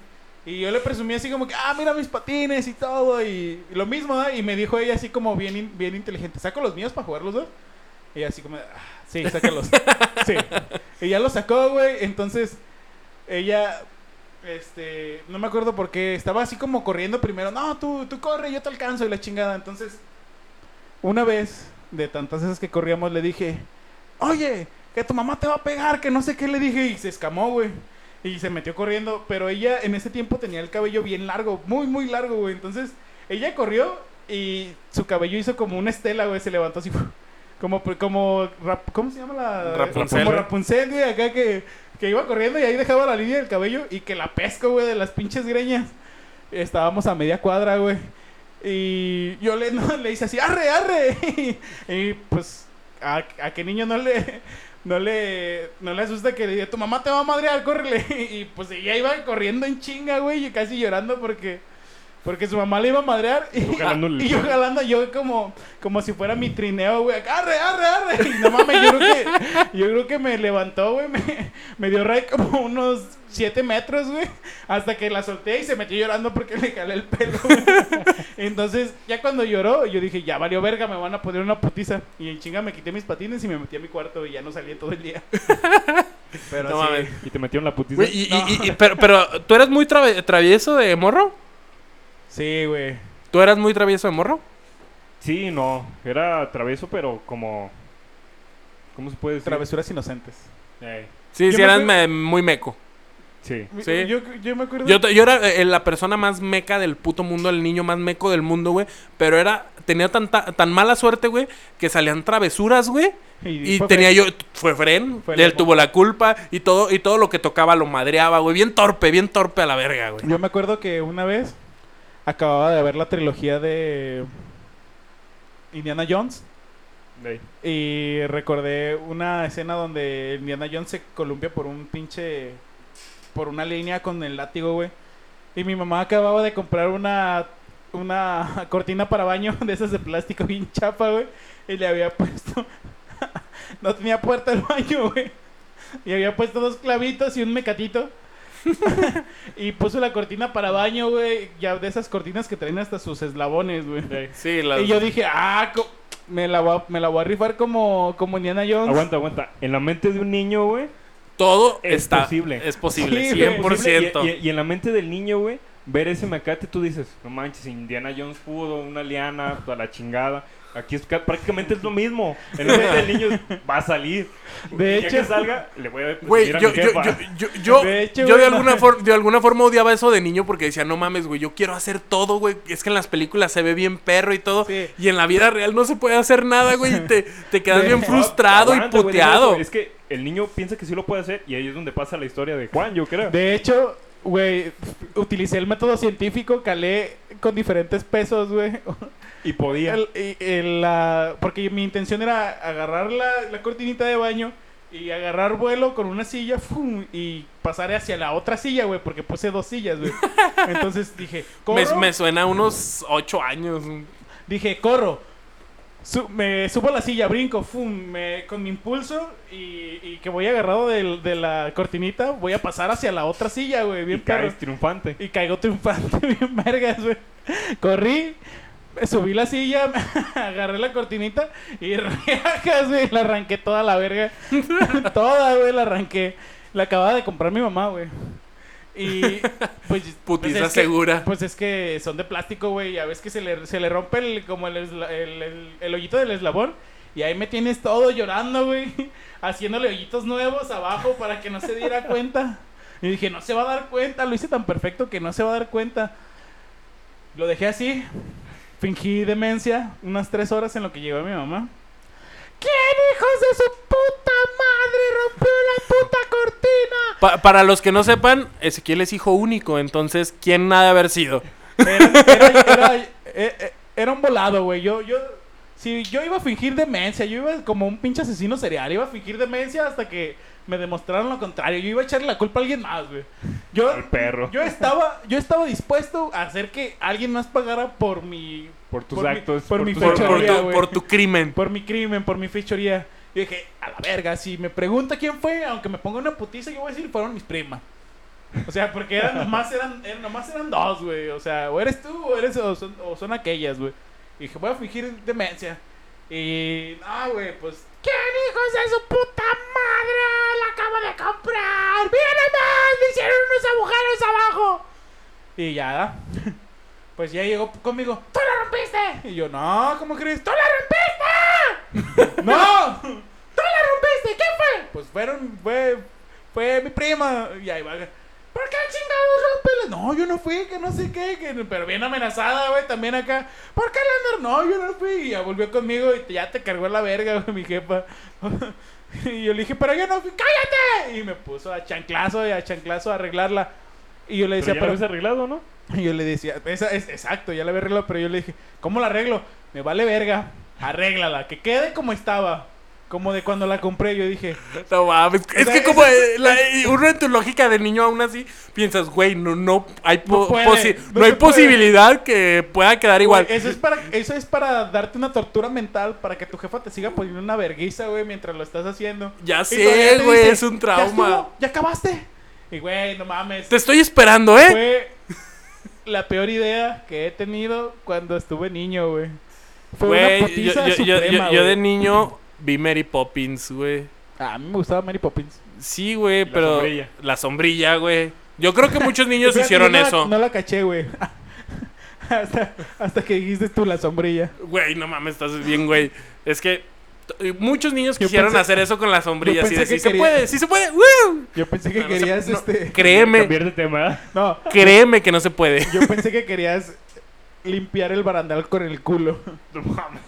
C: Y yo le presumí así como que, ah, mira mis patines y todo. Y, y lo mismo, ¿eh? Y me dijo ella así como bien, in- bien inteligente, ¿saco los míos para jugar los dos? Y así como, "Ah, sí, sácalos. sí. Y ya los sacó, güey. Entonces, ella este, no me acuerdo por qué, estaba así como corriendo primero, no, tú, tú corre, yo te alcanzo y la chingada. Entonces, una vez, de tantas veces que corríamos, le dije, oye, que tu mamá te va a pegar, que no sé qué le dije, y se escamó, güey. Y se metió corriendo, pero ella en ese tiempo tenía el cabello bien largo, muy, muy largo, güey. Entonces, ella corrió y su cabello hizo como una estela, güey, se levantó así. Como, como, rap- ¿cómo se llama la?
A: Rapunzel.
C: Como Rapunzel, güey, acá que, que iba corriendo y ahí dejaba la línea del cabello y que la pesco, güey, de las pinches greñas. Estábamos a media cuadra, güey. Y yo le, no, le hice así, arre, arre. Y, pues, ¿a, a qué niño no le, no le, no le asusta que le diga, tu mamá te va a madrear, córrele? Y pues ella iba corriendo en chinga, güey, y casi llorando porque, porque su mamá le iba a madrear. Y,
B: jalando el-
C: y yo jalando, yo como, como si fuera mi trineo, güey, acá, arre, arre, arre. Y no mames, yo creo que, yo creo que me levantó, güey, me, me dio ray como unos 7 metros, güey. Hasta que la solté y se metió llorando porque le jalé el pelo. güey. Entonces, ya cuando lloró, yo dije, ya valió verga, me van a poner una putiza. Y en chinga me quité mis patines y me metí a mi cuarto y ya no salí en todo el día. Pero
A: No
C: sí.
A: mames.
B: Y te metieron la putiza.
A: Güey, y- y- y- pero, pero, ¿tú eras muy trave- travieso de morro?
C: Sí, güey.
A: ¿Tú eras muy travieso de morro?
B: Sí, no. Era travieso, pero como... ¿Cómo se puede decir?
C: Travesuras inocentes.
B: Eh,
A: Sí,
C: Yo
A: sí,
C: me
A: eras
C: acuer-
A: me- muy meco.
B: sí.
A: Sí.
C: Yo, yo me acuerdo.
A: Yo, te- yo era eh, la persona más meca del puto mundo, el niño más meco del mundo, güey. Pero era, tenía tanta, tan mala suerte, güey, que salían travesuras, güey. Y
C: fue
A: tenía
C: fe-
A: yo, fue Fren,
C: Fue
A: él
C: Lemo.
A: tuvo la culpa y todo, y todo lo que tocaba lo madreaba, güey. Bien torpe, bien torpe a la verga, güey.
C: Yo me acuerdo que una vez acababa de ver la trilogía de Indiana Jones.
B: Eh,
C: Y recordé una escena donde Indiana Jones se columpia por un pinche. por una línea con el látigo, güey. Y mi mamá acababa de comprar una, una cortina para baño de esas de plástico bien chapa, güey. Y le había puesto... no tenía puerta el baño, güey. Y había puesto dos clavitos y un mecatito. y puso la cortina para baño, güey. Ya de esas cortinas que traen hasta sus eslabones, güey.
A: Sí, las...
C: Y yo dije, ah, co- me la, voy a, me la voy a rifar como, como Indiana Jones.
B: Aguanta, aguanta. En la mente de un niño, güey.
A: todo
B: Es
A: está
B: posible.
A: Es posible,
C: Sí, güey,
B: es posible.
A: 100%.
B: Y, y- y en la mente del niño, güey, ver ese mecate, tú dices, no manches, Indiana Jones pudo, una liana, toda la chingada. Aquí es ca- prácticamente es lo mismo. En la mente del niño va a salir.
C: De
B: Ya
C: hecho-
B: que salga, le voy a decir
A: Güey,
B: a
A: yo,
B: mi
A: yo,
B: jefa.
A: yo, yo, yo,
C: De hecho,
A: yo de,
C: güey,
A: alguna
C: no.
A: for- de alguna forma odiaba eso de niño porque decía, no mames, güey, yo quiero hacer todo, güey. Es que en las películas se ve bien perro y todo.
C: Sí.
A: Y en la vida real no se puede hacer nada, güey. Y te, te quedas
C: De-
A: bien
C: No,
A: frustrado y
B: Aguanta, güey,
A: puteado.
B: Es que el niño piensa que sí lo puede hacer y ahí es donde pasa la historia de Juan, yo creo.
C: De hecho, güey, utilicé el método científico, calé con diferentes pesos, güey.
B: Y podía.
C: El- y- el, la- porque mi intención era agarrar la, la cortinita de baño y agarrar vuelo con una silla ¡fum! y pasar hacia la otra silla, güey, porque puse dos sillas, güey. Entonces dije,
A: Me,
C: corro,
A: me suena a unos ocho años.
C: dije, corro. Su- me subo a la silla, brinco, ¡fum! me- con mi impulso y, y que voy agarrado del- de, la cortinita, voy a pasar hacia la otra silla, güey,
B: y
C: bien perro.
B: caes triunfante.
C: Y caigo triunfante, bien vergas, güey. Corrí, subí la silla, agarré la cortinita y reajas, güey. La arranqué toda la verga. toda, güey, la arranqué. La acababa de comprar mi mamá, güey. Y pues,
A: Putiza
C: pues es que-
A: segura.
C: pues es que son de plástico, güey. Ya ves que se le, se le rompe el, como el, esla- el, el- el hoyito del eslabón. Y ahí me tienes todo llorando, güey. Haciéndole hoyitos nuevos abajo para que no se diera cuenta. Y dije, no se va a dar cuenta. Lo hice tan perfecto que no se va a dar cuenta. Lo dejé así. Fingí demencia unas tres horas en lo que llegó mi mamá. ¿Quién, hijos de su puta madre, rompió la puta cortina?
A: Pa- para los que no sepan, Ezequiel es hijo único. Entonces, ¿quién ha de haber sido?
C: Era, era- era- eh, eh, era un volado, güey. Yo, yo, si yo iba a fingir demencia, yo iba como un pinche asesino serial, iba a fingir demencia hasta que me demostraron lo contrario. Yo iba a echarle la culpa a alguien más, güey. Yo,
B: Al perro.
C: yo estaba, yo estaba dispuesto a hacer que alguien más pagara por mi,
B: por tus
C: por mi-
B: actos.
C: por mi
B: tus
A: Por, por
C: fechoría,
B: errores.
A: tu,
C: güey.
A: por tu crimen.
C: por mi crimen, por mi fechoría. Yo dije, a la verga, si me pregunta quién fue, aunque me ponga una putiza, yo voy a decir fueron mis primas. O sea, porque eran nomás eran, eran- nomás eran dos, güey. O sea, o eres tú o, eres, o, son, o son aquellas, güey. Y dije, voy a fingir demencia. Y, no, güey, pues, ¿quién hijos de su puta madre? La acabo de comprar. Mira nomás, me hicieron unos agujeros abajo. Y ya, pues ya llegó conmigo. ¡Tú la rompiste! Y yo, no, ¿cómo crees? ¡Tú la rompiste! ¡No! ¡Tú la rompiste! ¿Qué fue? Pues fueron, fue, fue mi prima. Y ahí va. ¿Por qué chingados rompele? No, yo no fui, que no sé qué. que- pero bien amenazada, güey, también acá. ¿Por qué Lander? No, yo no fui. Y ya volvió conmigo y ya te cargó la verga, güey, mi jefa. y yo le dije, pero yo no fui, cállate. Y me puso a chanclazo y a chanclazo a arreglarla. Y yo le
B: Pero ya
C: decía,
B: lo
C: pero,
B: habías arreglado, ¿no?
C: y yo le decía, esa es, exacto, ya la había arreglado, pero yo le dije, ¿cómo la arreglo? Me vale verga, arréglala, que quede como estaba, como de cuando la compré, yo dije,
A: No mames, Es
C: sea,
A: que
C: es-
A: como eh, la- eh, uno en tu lógica de niño aún así piensas, güey, no, no hay, po-
C: No puede,
A: posi-
C: no
A: no hay
C: se puede".
A: posibilidad que pueda quedar igual.
C: "Güey, eh, Eso es, para, eso es para darte una tortura mental, para que tu jefa te siga poniendo una verguiza, güey, mientras lo estás haciendo.
A: Ya
C: Y todavía
A: sé,
C: te
A: güey,
C: dice,
A: es un
C: "Ya
A: trauma.
C: estuvo, ya acabaste. Y güey, no mames.
A: Te estoy esperando, ¿eh?
C: Fue la peor idea que he tenido cuando estuve niño, güey. Fue
A: Güey,
C: una
A: yo,
C: putiza
A: yo- yo- yo-
C: suprema,
A: yo
C: güey.
A: de niño vi Mary Poppins, güey.
C: A mí me gustaba Mary Poppins.
A: Sí, güey,
B: la
A: pero
B: sombrilla.
A: la sombrilla, güey. Yo creo que muchos niños
C: Fíjate,
A: hicieron
C: yo no la-
A: eso.
C: no la caché, güey. hasta, hasta que dijiste tú la sombrilla.
A: Güey, no mames, estás bien, güey. Es que t- muchos niños
C: Yo
A: quisieron
C: pensé-
A: hacer eso con la sombrilla.
C: yo
A: Así de,
C: pensé
A: sí
C: que
A: se
C: quería-
A: puede, sí se puede. ¡Woo!
C: Yo pensé que
A: No, no sé,
C: querías,
A: no.
C: este...
A: Créeme,
B: Cambiar de tema.
C: No,
A: créeme que no se puede.
C: yo pensé que querías limpiar el barandal con el culo
B: No mames.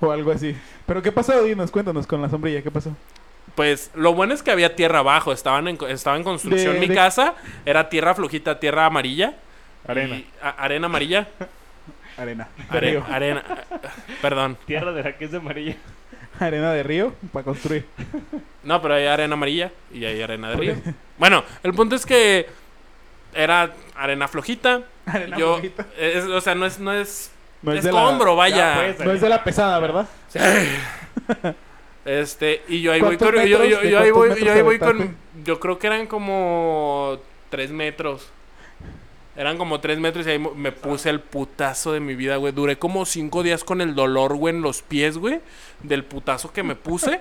C: o algo así. Pero ¿qué pasó, Dinos? Cuéntanos con la sombrilla, ¿qué pasó?
A: Pues lo bueno es que había tierra abajo, estaban en, estaba en construcción
C: De-
A: mi
C: de-
A: casa, era tierra flojita, tierra amarilla.
B: Arena.
A: y- a- arena amarilla.
C: Arena. De
A: are-
C: río.
A: arena. Perdón.
B: Tierra de la que es de amarilla.
C: Arena de río para construir.
A: No, pero hay arena amarilla y hay arena de río. Bueno, el punto es que era arena flojita.
C: Arena
A: yo,
C: flojita.
A: es- o sea, no es, no es
C: No es de la-
A: escombro, vaya.
B: Ya, pues,
C: No es de la pesada, ¿verdad?
A: Este, y yo ahí voy
C: ¿Cuántos
A: con. Yo, yo-
C: metros? ¿De
A: yo ahí
C: cuántos
A: voy,
C: metros
A: yo ahí
C: de
A: voy con.
C: ventaja?
A: Yo creo que eran como. Tres metros. Eran como tres metros y ahí mo- me puse el putazo de mi vida, güey. Duré como cinco días con el dolor, güey, en los pies, güey. Del putazo que me puse.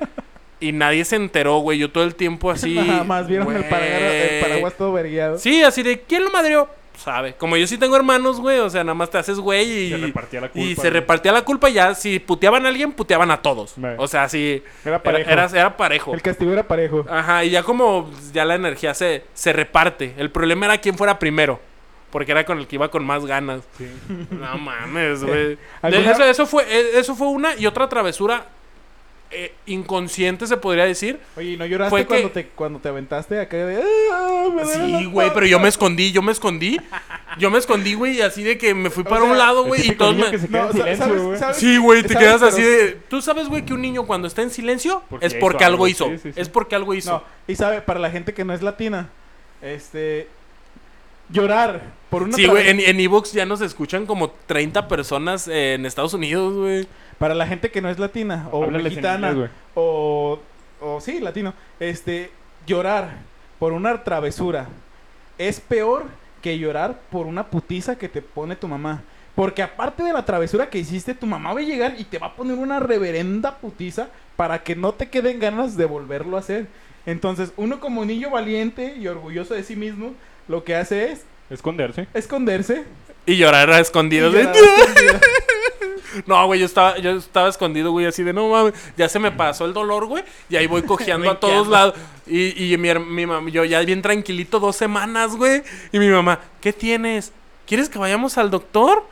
A: Y nadie se enteró, güey. Yo todo el tiempo así.
C: Nada más vieron el,
A: güey.
C: paraguas, el paraguas todo vergueado.
A: Sí, así de. ¿Quién lo madreó? Sabe. Como yo sí tengo hermanos, güey. O sea, nada más te haces, güey. Y
B: Se repartía la
A: y
B: culpa,
A: se
B: güey.
A: repartía la culpa. Y ya, si puteaban a alguien, puteaban a todos.
B: Vale.
A: O sea, sí.
C: Era
A: Era,
C: parejo.
A: era, era parejo.
C: El castigo era parejo.
A: Ajá, y ya como ya la energía se, se reparte. El problema era quién fuera primero. Porque era con el que iba con más ganas.
B: Sí.
A: No mames, güey.
C: ¿Alguna-
A: Eso, eso fue, eh, eso fue una y otra travesura eh, inconsciente, se podría decir.
C: Oye, ¿y ¿no lloraste
A: Fue que-
C: cuando, te, cuando te aventaste acá de... "Ah, me duele
A: Sí,
C: la
A: güey,
C: pata"?
A: pero yo me escondí, yo me escondí. Yo me escondí, güey, y así de que me fui para
C: sea,
A: un lado,
B: el
A: güey, y
B: típico
A: todos
B: niño
A: me...
B: que se queda
C: No,
B: en
C: sa-
B: silencio,
C: ¿sabes-
B: güey.
C: sabes-
A: Sí, güey, te
C: ¿sabes?
A: quedas
C: Pero-
A: así de... Tú sabes, güey, que un niño cuando está en silencio
B: Porque
A: es
B: hizo
A: porque algo
B: algo,
A: hizo.
B: sí, sí, sí.
A: Es porque algo hizo.
C: No, y sabe, para la gente que no es latina, este... Llorar por una...
A: sí, güey,
C: traves-
A: en, en Evox ya nos escuchan como 30 personas eh, en Estados Unidos, güey.
C: Para la gente que no es latina, o
B: Háblales en
C: mexicana,
B: inglés, güey.
C: o, o sí, latino, este, llorar por una travesura es peor que llorar por una putiza que te pone tu mamá. Porque aparte de la travesura que hiciste, tu mamá va a llegar y te va a poner una reverenda putiza para que no te queden ganas de volverlo a hacer. Entonces, uno como niño valiente y orgulloso de sí mismo, lo que hace es
B: Esconderse.
C: esconderse.
A: Y llorar a
C: y
A: escondidos. güey.
C: llorar a escondidas.
A: No, güey, yo estaba, yo estaba escondido, güey, así de no mames. Ya se me pasó el dolor, güey. Y ahí voy cojeando a todos
C: Renqueando.
A: lados. Y, y mi, her- mi mam- yo ya bien tranquilito dos semanas, güey. Y mi mamá, ¿qué tienes? ¿Quieres que vayamos al doctor?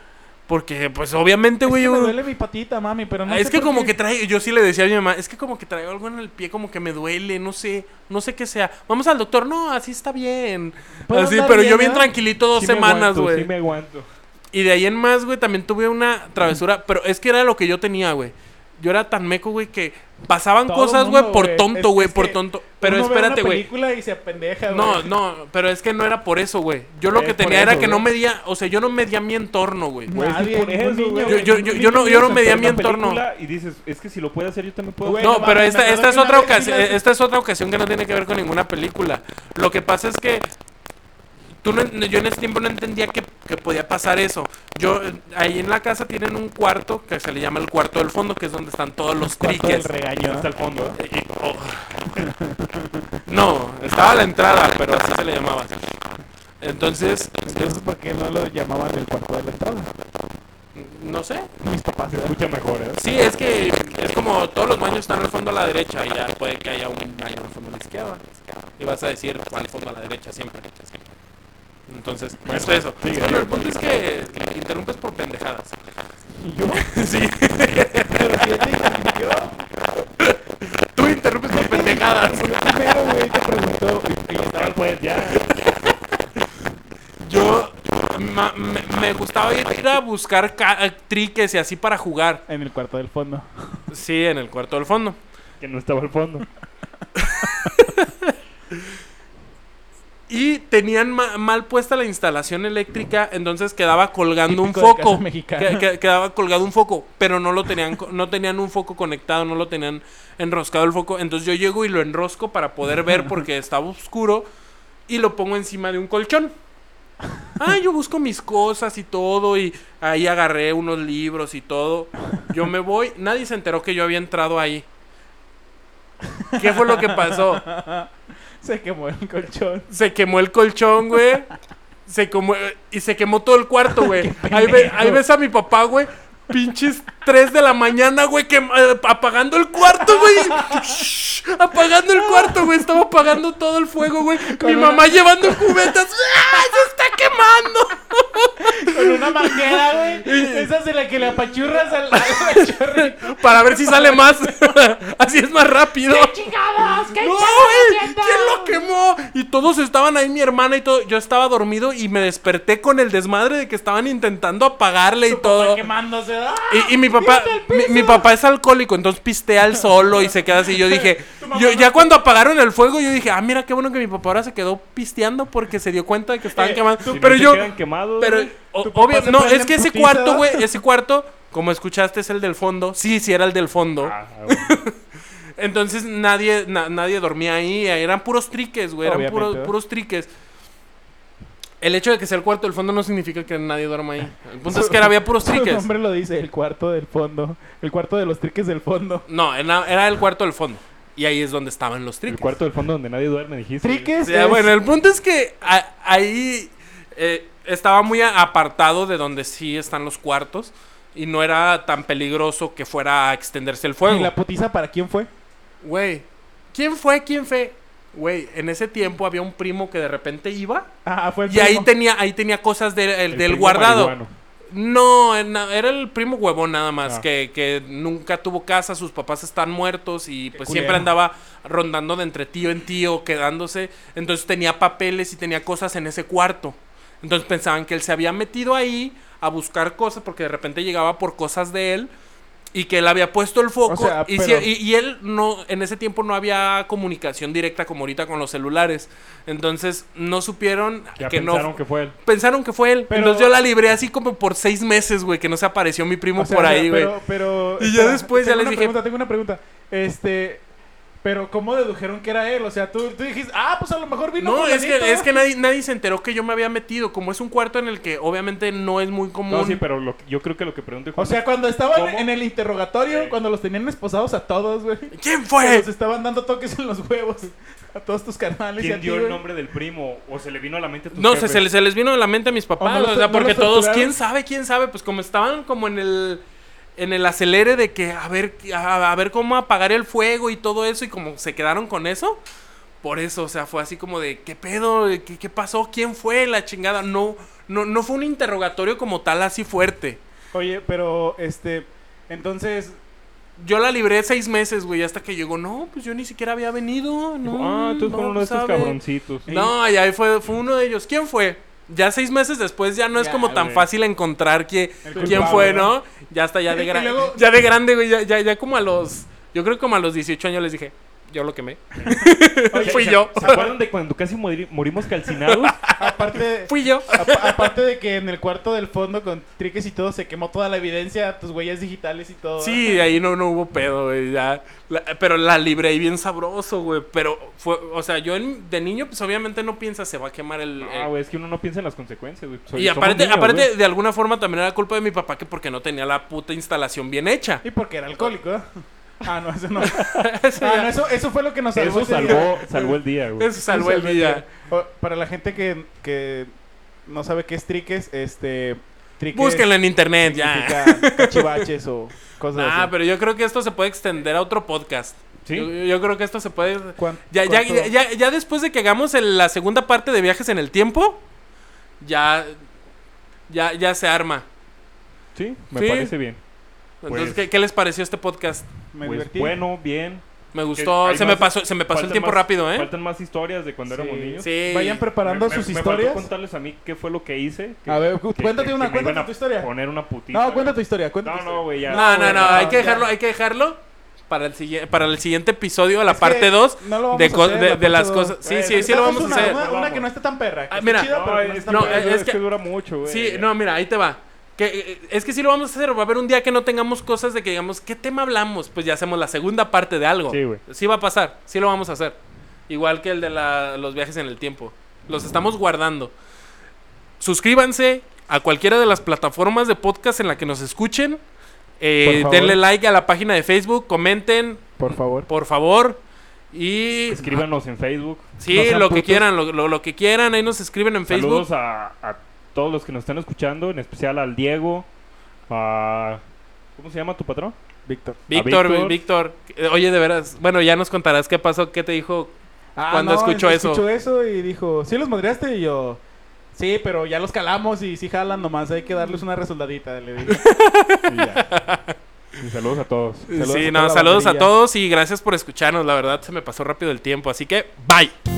A: Porque, pues, obviamente,
C: Es
A: güey.
C: que me
A: yo-
C: duele mi patita, mami, pero no
A: Ah, es
C: sé
A: que
C: por
A: como
C: qué.
A: que traigo, yo sí le decía a mi mamá, es que como que traigo algo en el pie, como que me duele, no sé, no sé qué sea. Vamos al doctor, no, así está bien.
C: Puedo
A: Así,
C: andar
A: pero
C: bien,
A: yo bien
C: ¿verdad?
A: tranquilito dos
B: Sí me
A: semanas,
B: aguanto,
A: güey.
B: Sí me aguanto.
A: Y de ahí en más, güey, también tuve una travesura, pero es que era lo que yo tenía, güey. Yo era tan meco, güey, que pasaban
C: Todo
A: cosas,
C: mundo,
A: güey, por
C: güey.
A: tonto,
C: Es-
A: güey,
C: es
A: por
C: que
A: tonto. Pero
C: Uno ve una
A: espérate, güey.
C: película y se apendeja,
A: No,
C: güey.
A: no, pero es que no era por eso, güey. Yo lo
B: Es
A: que
B: por
A: tenía era
B: eso,
A: que no
B: güey.
A: medía, o sea, yo no medía mi entorno, güey.
C: Güey,
B: Nadie,
C: es que por
B: ningún
C: eso,
B: niño,
C: güey.
B: güey,
A: Yo- yo- yo-
B: ningún
A: yo no-
B: niño
A: yo no
B: se
A: medía mi
B: enferma en
A: entorno.
B: película Y dices, es que si lo puede hacer, yo también puedo.
C: Güey,
B: hacer".
A: No,
C: no
A: pero
C: mames,
A: esta,
C: me
A: esta
C: acuerdo
A: es
C: que una
A: otra
C: vez
A: ocasión,
C: vi las-
A: esta es otra ocasión que no tiene que ver con ninguna película. Lo que pasa es que tú no- yo en ese tiempo no entendía que, que podía pasar eso. Yo eh, ahí en la casa tienen un cuarto que se le llama el cuarto del fondo, que es donde están todos los
C: Cuarto del
A: triques.
C: regaño.
B: Hasta el fondo. ¿eh?
A: Y- oh. No, estaba a la entrada, pero así se le llamaba. Entonces,
D: Entonces, ¿por qué no lo llamaban el cuarto de la entrada?
A: no sé.
D: Mis papás.
B: Se escucha mejor, ¿eh?
A: Sí, es que es como todos los baños están al fondo a la derecha y ya puede que haya un baño al fondo a la izquierda. Y vas a decir cuál fondo a la derecha siempre. Entonces, eso es eso.
B: sigue.
A: Pero el punto es que interrumpes por pendejadas.
D: ¿Y yo?
A: Sí,
D: Pero si es de- yo,
A: tú interrumpes por pendejadas.
D: fui el primero, güey, que preguntó.
B: Y yo, "Ah, pues ya.
A: Yo ma- me, me gustaba ir, ir a buscar ca- eh, triques y así para jugar.
C: En el cuarto del fondo.
A: Sí, en el cuarto del fondo.
B: Que no estaba al fondo.
A: Y tenían ma- mal puesta la instalación eléctrica, entonces quedaba colgando un
C: Típico de
A: foco.
C: casa mexicana.
A: Que- que- quedaba colgado un foco, pero no lo tenían co- no tenían un foco conectado, no lo tenían enroscado el foco. Entonces yo llego y lo enrosco para poder ver porque estaba oscuro y lo pongo encima de un colchón. Ah, yo busco mis cosas y todo y ahí agarré unos libros y todo. Yo me voy, nadie se enteró que yo había entrado ahí. ¿Qué fue lo que pasó?
C: Se quemó el colchón.
A: Se quemó el colchón, güey. Se quemó, y se quemó todo el cuarto, güey. Ahí, ve- ahí ves a mi papá, güey. Pinches 3 de la mañana, güey, que, eh, apagando el cuarto, güey. Shh, apagando el cuarto, güey. Estaba apagando todo el fuego, güey. Mi
C: una-
A: mamá llevando cubetas. ¡Ah, ¡Se está quemando!
C: Con una manguera, güey. Esa es la que le apachurras al, al cachorrito.
A: Para ver si sale más. Así es más rápido. ¡No, güey! ¿Quién lo quemó? Y todos estaban ahí, mi hermana y todo. Yo estaba dormido y me desperté con el desmadre de que estaban intentando apagarle y todo.
C: quemándose. ¡Ah!
A: Y, y mi papá,
C: ¡Tírate al
A: mi, mi papá es alcohólico, entonces pistea al solo y se queda así. Yo dije, Yo, ya cuando apagaron el fuego, yo dije, ah, mira, qué bueno que mi papá ahora se quedó pisteando porque se dio cuenta de que estaban
C: Eh,
A: quemando.
C: tú-
B: Si no
A: pero
B: te
A: yo,
B: quedan quemados,
A: pero,
B: güey.
A: o-
C: tu papá
A: obvio,
C: se
A: no,
C: prende
A: es que
C: en
A: ese
C: putiza,
A: cuarto, güey,
C: ¿verdad?
A: ese cuarto, como escuchaste, es el del fondo. Sí, sí, era el del fondo.
B: Ah, güey.
A: Entonces nadie, na- nadie dormía ahí, eran puros triques, güey, eran
C: Obviamente,
A: puros,
C: ¿verdad?
A: puros triques. El hecho de que sea el cuarto del fondo no significa que nadie duerma ahí. El punto es que había puros
C: Su
A: triques.
C: nombre lo dice, el cuarto del fondo. El cuarto de los triques del fondo.
A: No, era, era el cuarto del fondo. Y ahí es donde estaban los
B: El
A: triques.
B: cuarto del fondo donde nadie duerme, dijiste.
A: O
C: Triques.
A: sea,
C: es-
A: bueno, el punto es que a- ahí eh, estaba muy a- apartado de donde sí están los cuartos. Y no era tan peligroso que fuera a extenderse el
C: ¿Y
A: fuego.
C: la putiza para quién fue?
A: Güey, ¿quién fue? ¿Quién fue? Güey, en ese tiempo había un primo que de repente iba.
C: Ah, fue el
A: Y ahí
C: primo.
A: tenía, ahí tenía cosas del- el-
B: El
A: del
B: primo
A: guardado.
B: marihuano.
A: No, en- era el primo huevón nada más,
B: Ah.
A: que, que nunca tuvo casa, sus papás están muertos y pues siempre
C: culero.
A: andaba rondando de entre tío en tío, quedándose. Entonces tenía papeles y tenía cosas en ese cuarto. Entonces pensaban que él se había metido ahí a buscar cosas porque de repente llegaba por cosas de él y que él había puesto el foco.
C: sea,
A: y, si-
C: pero-
A: y- y él no, en ese tiempo no había comunicación directa como ahorita con los celulares. Entonces no supieron
B: Ya
A: que
B: pensaron
A: no
B: que fue él.
A: pensaron que fue él.
C: Pero-
A: Entonces yo la libré así como por seis meses, güey, que no se apareció mi primo
C: O sea,
A: por
C: o sea,
A: ahí, güey.
C: Pero, pero,
A: Y ya después ya
C: tengo
A: les
C: una
A: dije-
C: Pregunta, tengo una pregunta. Este. Pero, ¿cómo dedujeron que era él? O sea, tú, tú dijiste, ah, pues a lo mejor vino.
A: No, es
C: fulanito".
A: que, es que nadie, nadie se enteró que yo me había metido. Como es un cuarto en el que obviamente no es muy común.
B: No, sí, pero lo que- yo creo que lo que pregunté
C: O sea, cuando estaban
B: ¿Cómo?
C: en el interrogatorio,
B: Sí.
C: cuando los tenían esposados a todos, güey.
A: ¿Quién
C: Que
A: fue?
C: Nos estaban dando toques en los huevos. A todos tus carnales y a
B: ¿quién
C: ti,
B: dio el
C: güey.
B: nombre del primo? ¿O se le vino a la mente a tus
A: No, se,
B: jefes?
A: se les, se les vino a la mente a mis
C: O
A: papás.
C: no los-
A: o sea,
C: no
A: porque
C: los
A: todos,
C: torturaron.
A: ¿quién sabe? ¿Quién sabe? Pues como estaban como en el. En el acelere de que a ver, a, a ver cómo apagar el fuego y todo eso, y como se quedaron con eso, por eso, o sea, fue así como de, ¿qué pedo? ¿Qué, qué pasó? ¿Quién fue? La chingada. No, no, no fue un interrogatorio como tal así fuerte.
C: Oye, pero, este. Entonces,
A: Yo la libré seis meses, güey, hasta que llegó, no, pues yo ni siquiera había venido. No,
B: Ah, entonces
A: no,
B: fueron uno de estos
A: sabe".
B: cabroncitos.
A: No, ya fue, fue uno de ellos. ¿Quién fue? Ya seis meses después ya no es
C: Ya,
A: como tan
B: güey.
A: fácil encontrar que,
C: El
A: quién
C: culpable,
A: fue,
C: ¿no?
A: ¿no? Ya está ya de
C: Y
A: grande.
C: luego-
A: Ya de grande, güey. Ya, ya, ya como a los. Yo creo que como a los 18 años les dije, yo lo quemé.
B: Oye,
A: Fui
B: ¿se-
A: yo.
B: ¿Se acuerdan de cuando casi muri- morimos calcinados?
C: aparte.
A: Fui yo.
C: apa- Aparte de que en el cuarto del fondo con triques y todo se quemó toda la evidencia, tus huellas digitales y todo.
A: Sí, de ahí no, no hubo pedo, güey. ya. La- pero la libré y bien sabroso, güey. Pero fue, o sea, yo en- de niño, pues obviamente no piensa se va a quemar el. el-
B: Ah, güey, es que uno no piensa en las consecuencias, güey.
C: pues,
B: So-
A: y
B: somos
A: aparte,
B: niños,
A: aparte
B: güey.
A: de alguna forma también era culpa de mi papá que porque no tenía la puta instalación bien hecha.
C: Y porque era alcohólico. ¿eh? Ah, no, eso no. Ah, no, eso, eso fue lo que nos salvó.
B: Eso
C: ese día.
B: salvó, salvó el día,
C: pues,
B: güey.
A: Eso salvó el día.
C: O- para la gente que, que no sabe qué es triques, este. Triques
A: Búsquenlo en internet, ya.
C: significa cachivaches o cosas
A: Ah,
C: así.
A: pero yo creo que esto se puede extender a otro podcast.
B: ¿Sí?
A: Yo, yo creo que esto se puede.
C: ¿Cuán-
A: Ya, ya,
C: cuánto-
A: ya, ya- ya después de que hagamos el- la segunda parte de viajes en el tiempo, ya. Ya, ya se arma.
B: Sí, me
A: Sí.
B: parece bien.
A: Entonces,
B: Pues-
A: ¿qué, qué les pareció este podcast?
C: Me
B: Pues,
C: divertí.
B: bueno, bien.
A: Me
B: Que
A: gustó.
B: hay
A: Se me,
B: más-
A: pasó, se me pasó el
B: Faltan
A: tiempo
B: más-
A: rápido, ¿eh?
B: Faltan más historias de cuando
C: Sí,
B: éramos niños.
A: Sí.
C: Vayan preparando
B: Me-
C: sus
B: me- Me
C: historias.
B: faltó contarles a mí qué fue lo que hice. que-
C: A ver,
B: que- que-
C: cuéntate
B: que
C: una,
B: me
C: cuéntate
B: iban a
C: tu historia.
B: Poner una putita.
C: No,
B: güey.
C: cuenta tu historia, cuenta tu
B: No,
C: historia.
B: no, güey, ya.
A: No, no, no,
C: Ah,
A: hay que
C: ya.
A: dejarlo, hay que dejarlo para el, siguiente, para el siguiente episodio, la
C: Es que
A: parte 2
C: no lo vamos
A: de,
C: a
A: co-
C: hacer,
A: de-
C: la
A: de
C: parte
A: las
C: dos.
A: cosas. Sí,
B: Eh,
A: sí, sí
B: no,
A: lo vamos
C: Hacemos
A: a
C: una,
A: hacer.
C: Una, una que no esté tan perra. que
A: Ah,
C: esté
A: mira.
C: chida, pero
B: No,
C: que no esté
B: es,
C: tan
A: no,
C: perra.
A: eh,
B: que,
A: es
B: es
A: que-
B: que dura mucho, güey.
A: Sí, no, mira, ahí te va. Que, eh, es que sí lo vamos a hacer. Va a haber un día que no tengamos cosas de que digamos, ¿qué tema hablamos? Pues ya hacemos la segunda parte de algo.
B: Sí, güey.
A: va a pasar, sí lo vamos a hacer. Igual que el de la- los viajes en el tiempo. Los estamos guardando. Suscríbanse a cualquiera de las plataformas de podcast en la que nos escuchen. Eh,
C: Por favor.
A: denle like a la página de Facebook, comenten,
C: Por favor.
A: por favor. Y
B: Escríbanos en Facebook.
A: sí,
C: no sean
A: lo que
C: putos.
A: quieran, lo, lo- lo que quieran, ahí nos escriben en Facebook.
B: Saludos a, a todos los que nos están escuchando, en especial al Diego, a... ¿Cómo se llama tu patrón?
C: Víctor.
A: Víctor,
B: Víctor.
A: Víctor, eh, oye, de veras, bueno, ya nos contarás qué pasó, qué te dijo. Cuando escuchó eso.
C: Ah, Escuchó eso y dijo, ¿sí los madreaste? Y yo, sí, pero ya los calamos y sí jalan nomás, hay que darles una resoldadita, le dije.
B: Y, ya. Y saludos a todos.
C: Saludos
A: sí,
C: a
A: no,
C: toda la
A: saludos a
C: banderilla.
A: todos y gracias por escucharnos, la verdad se me pasó rápido el tiempo, así que bye.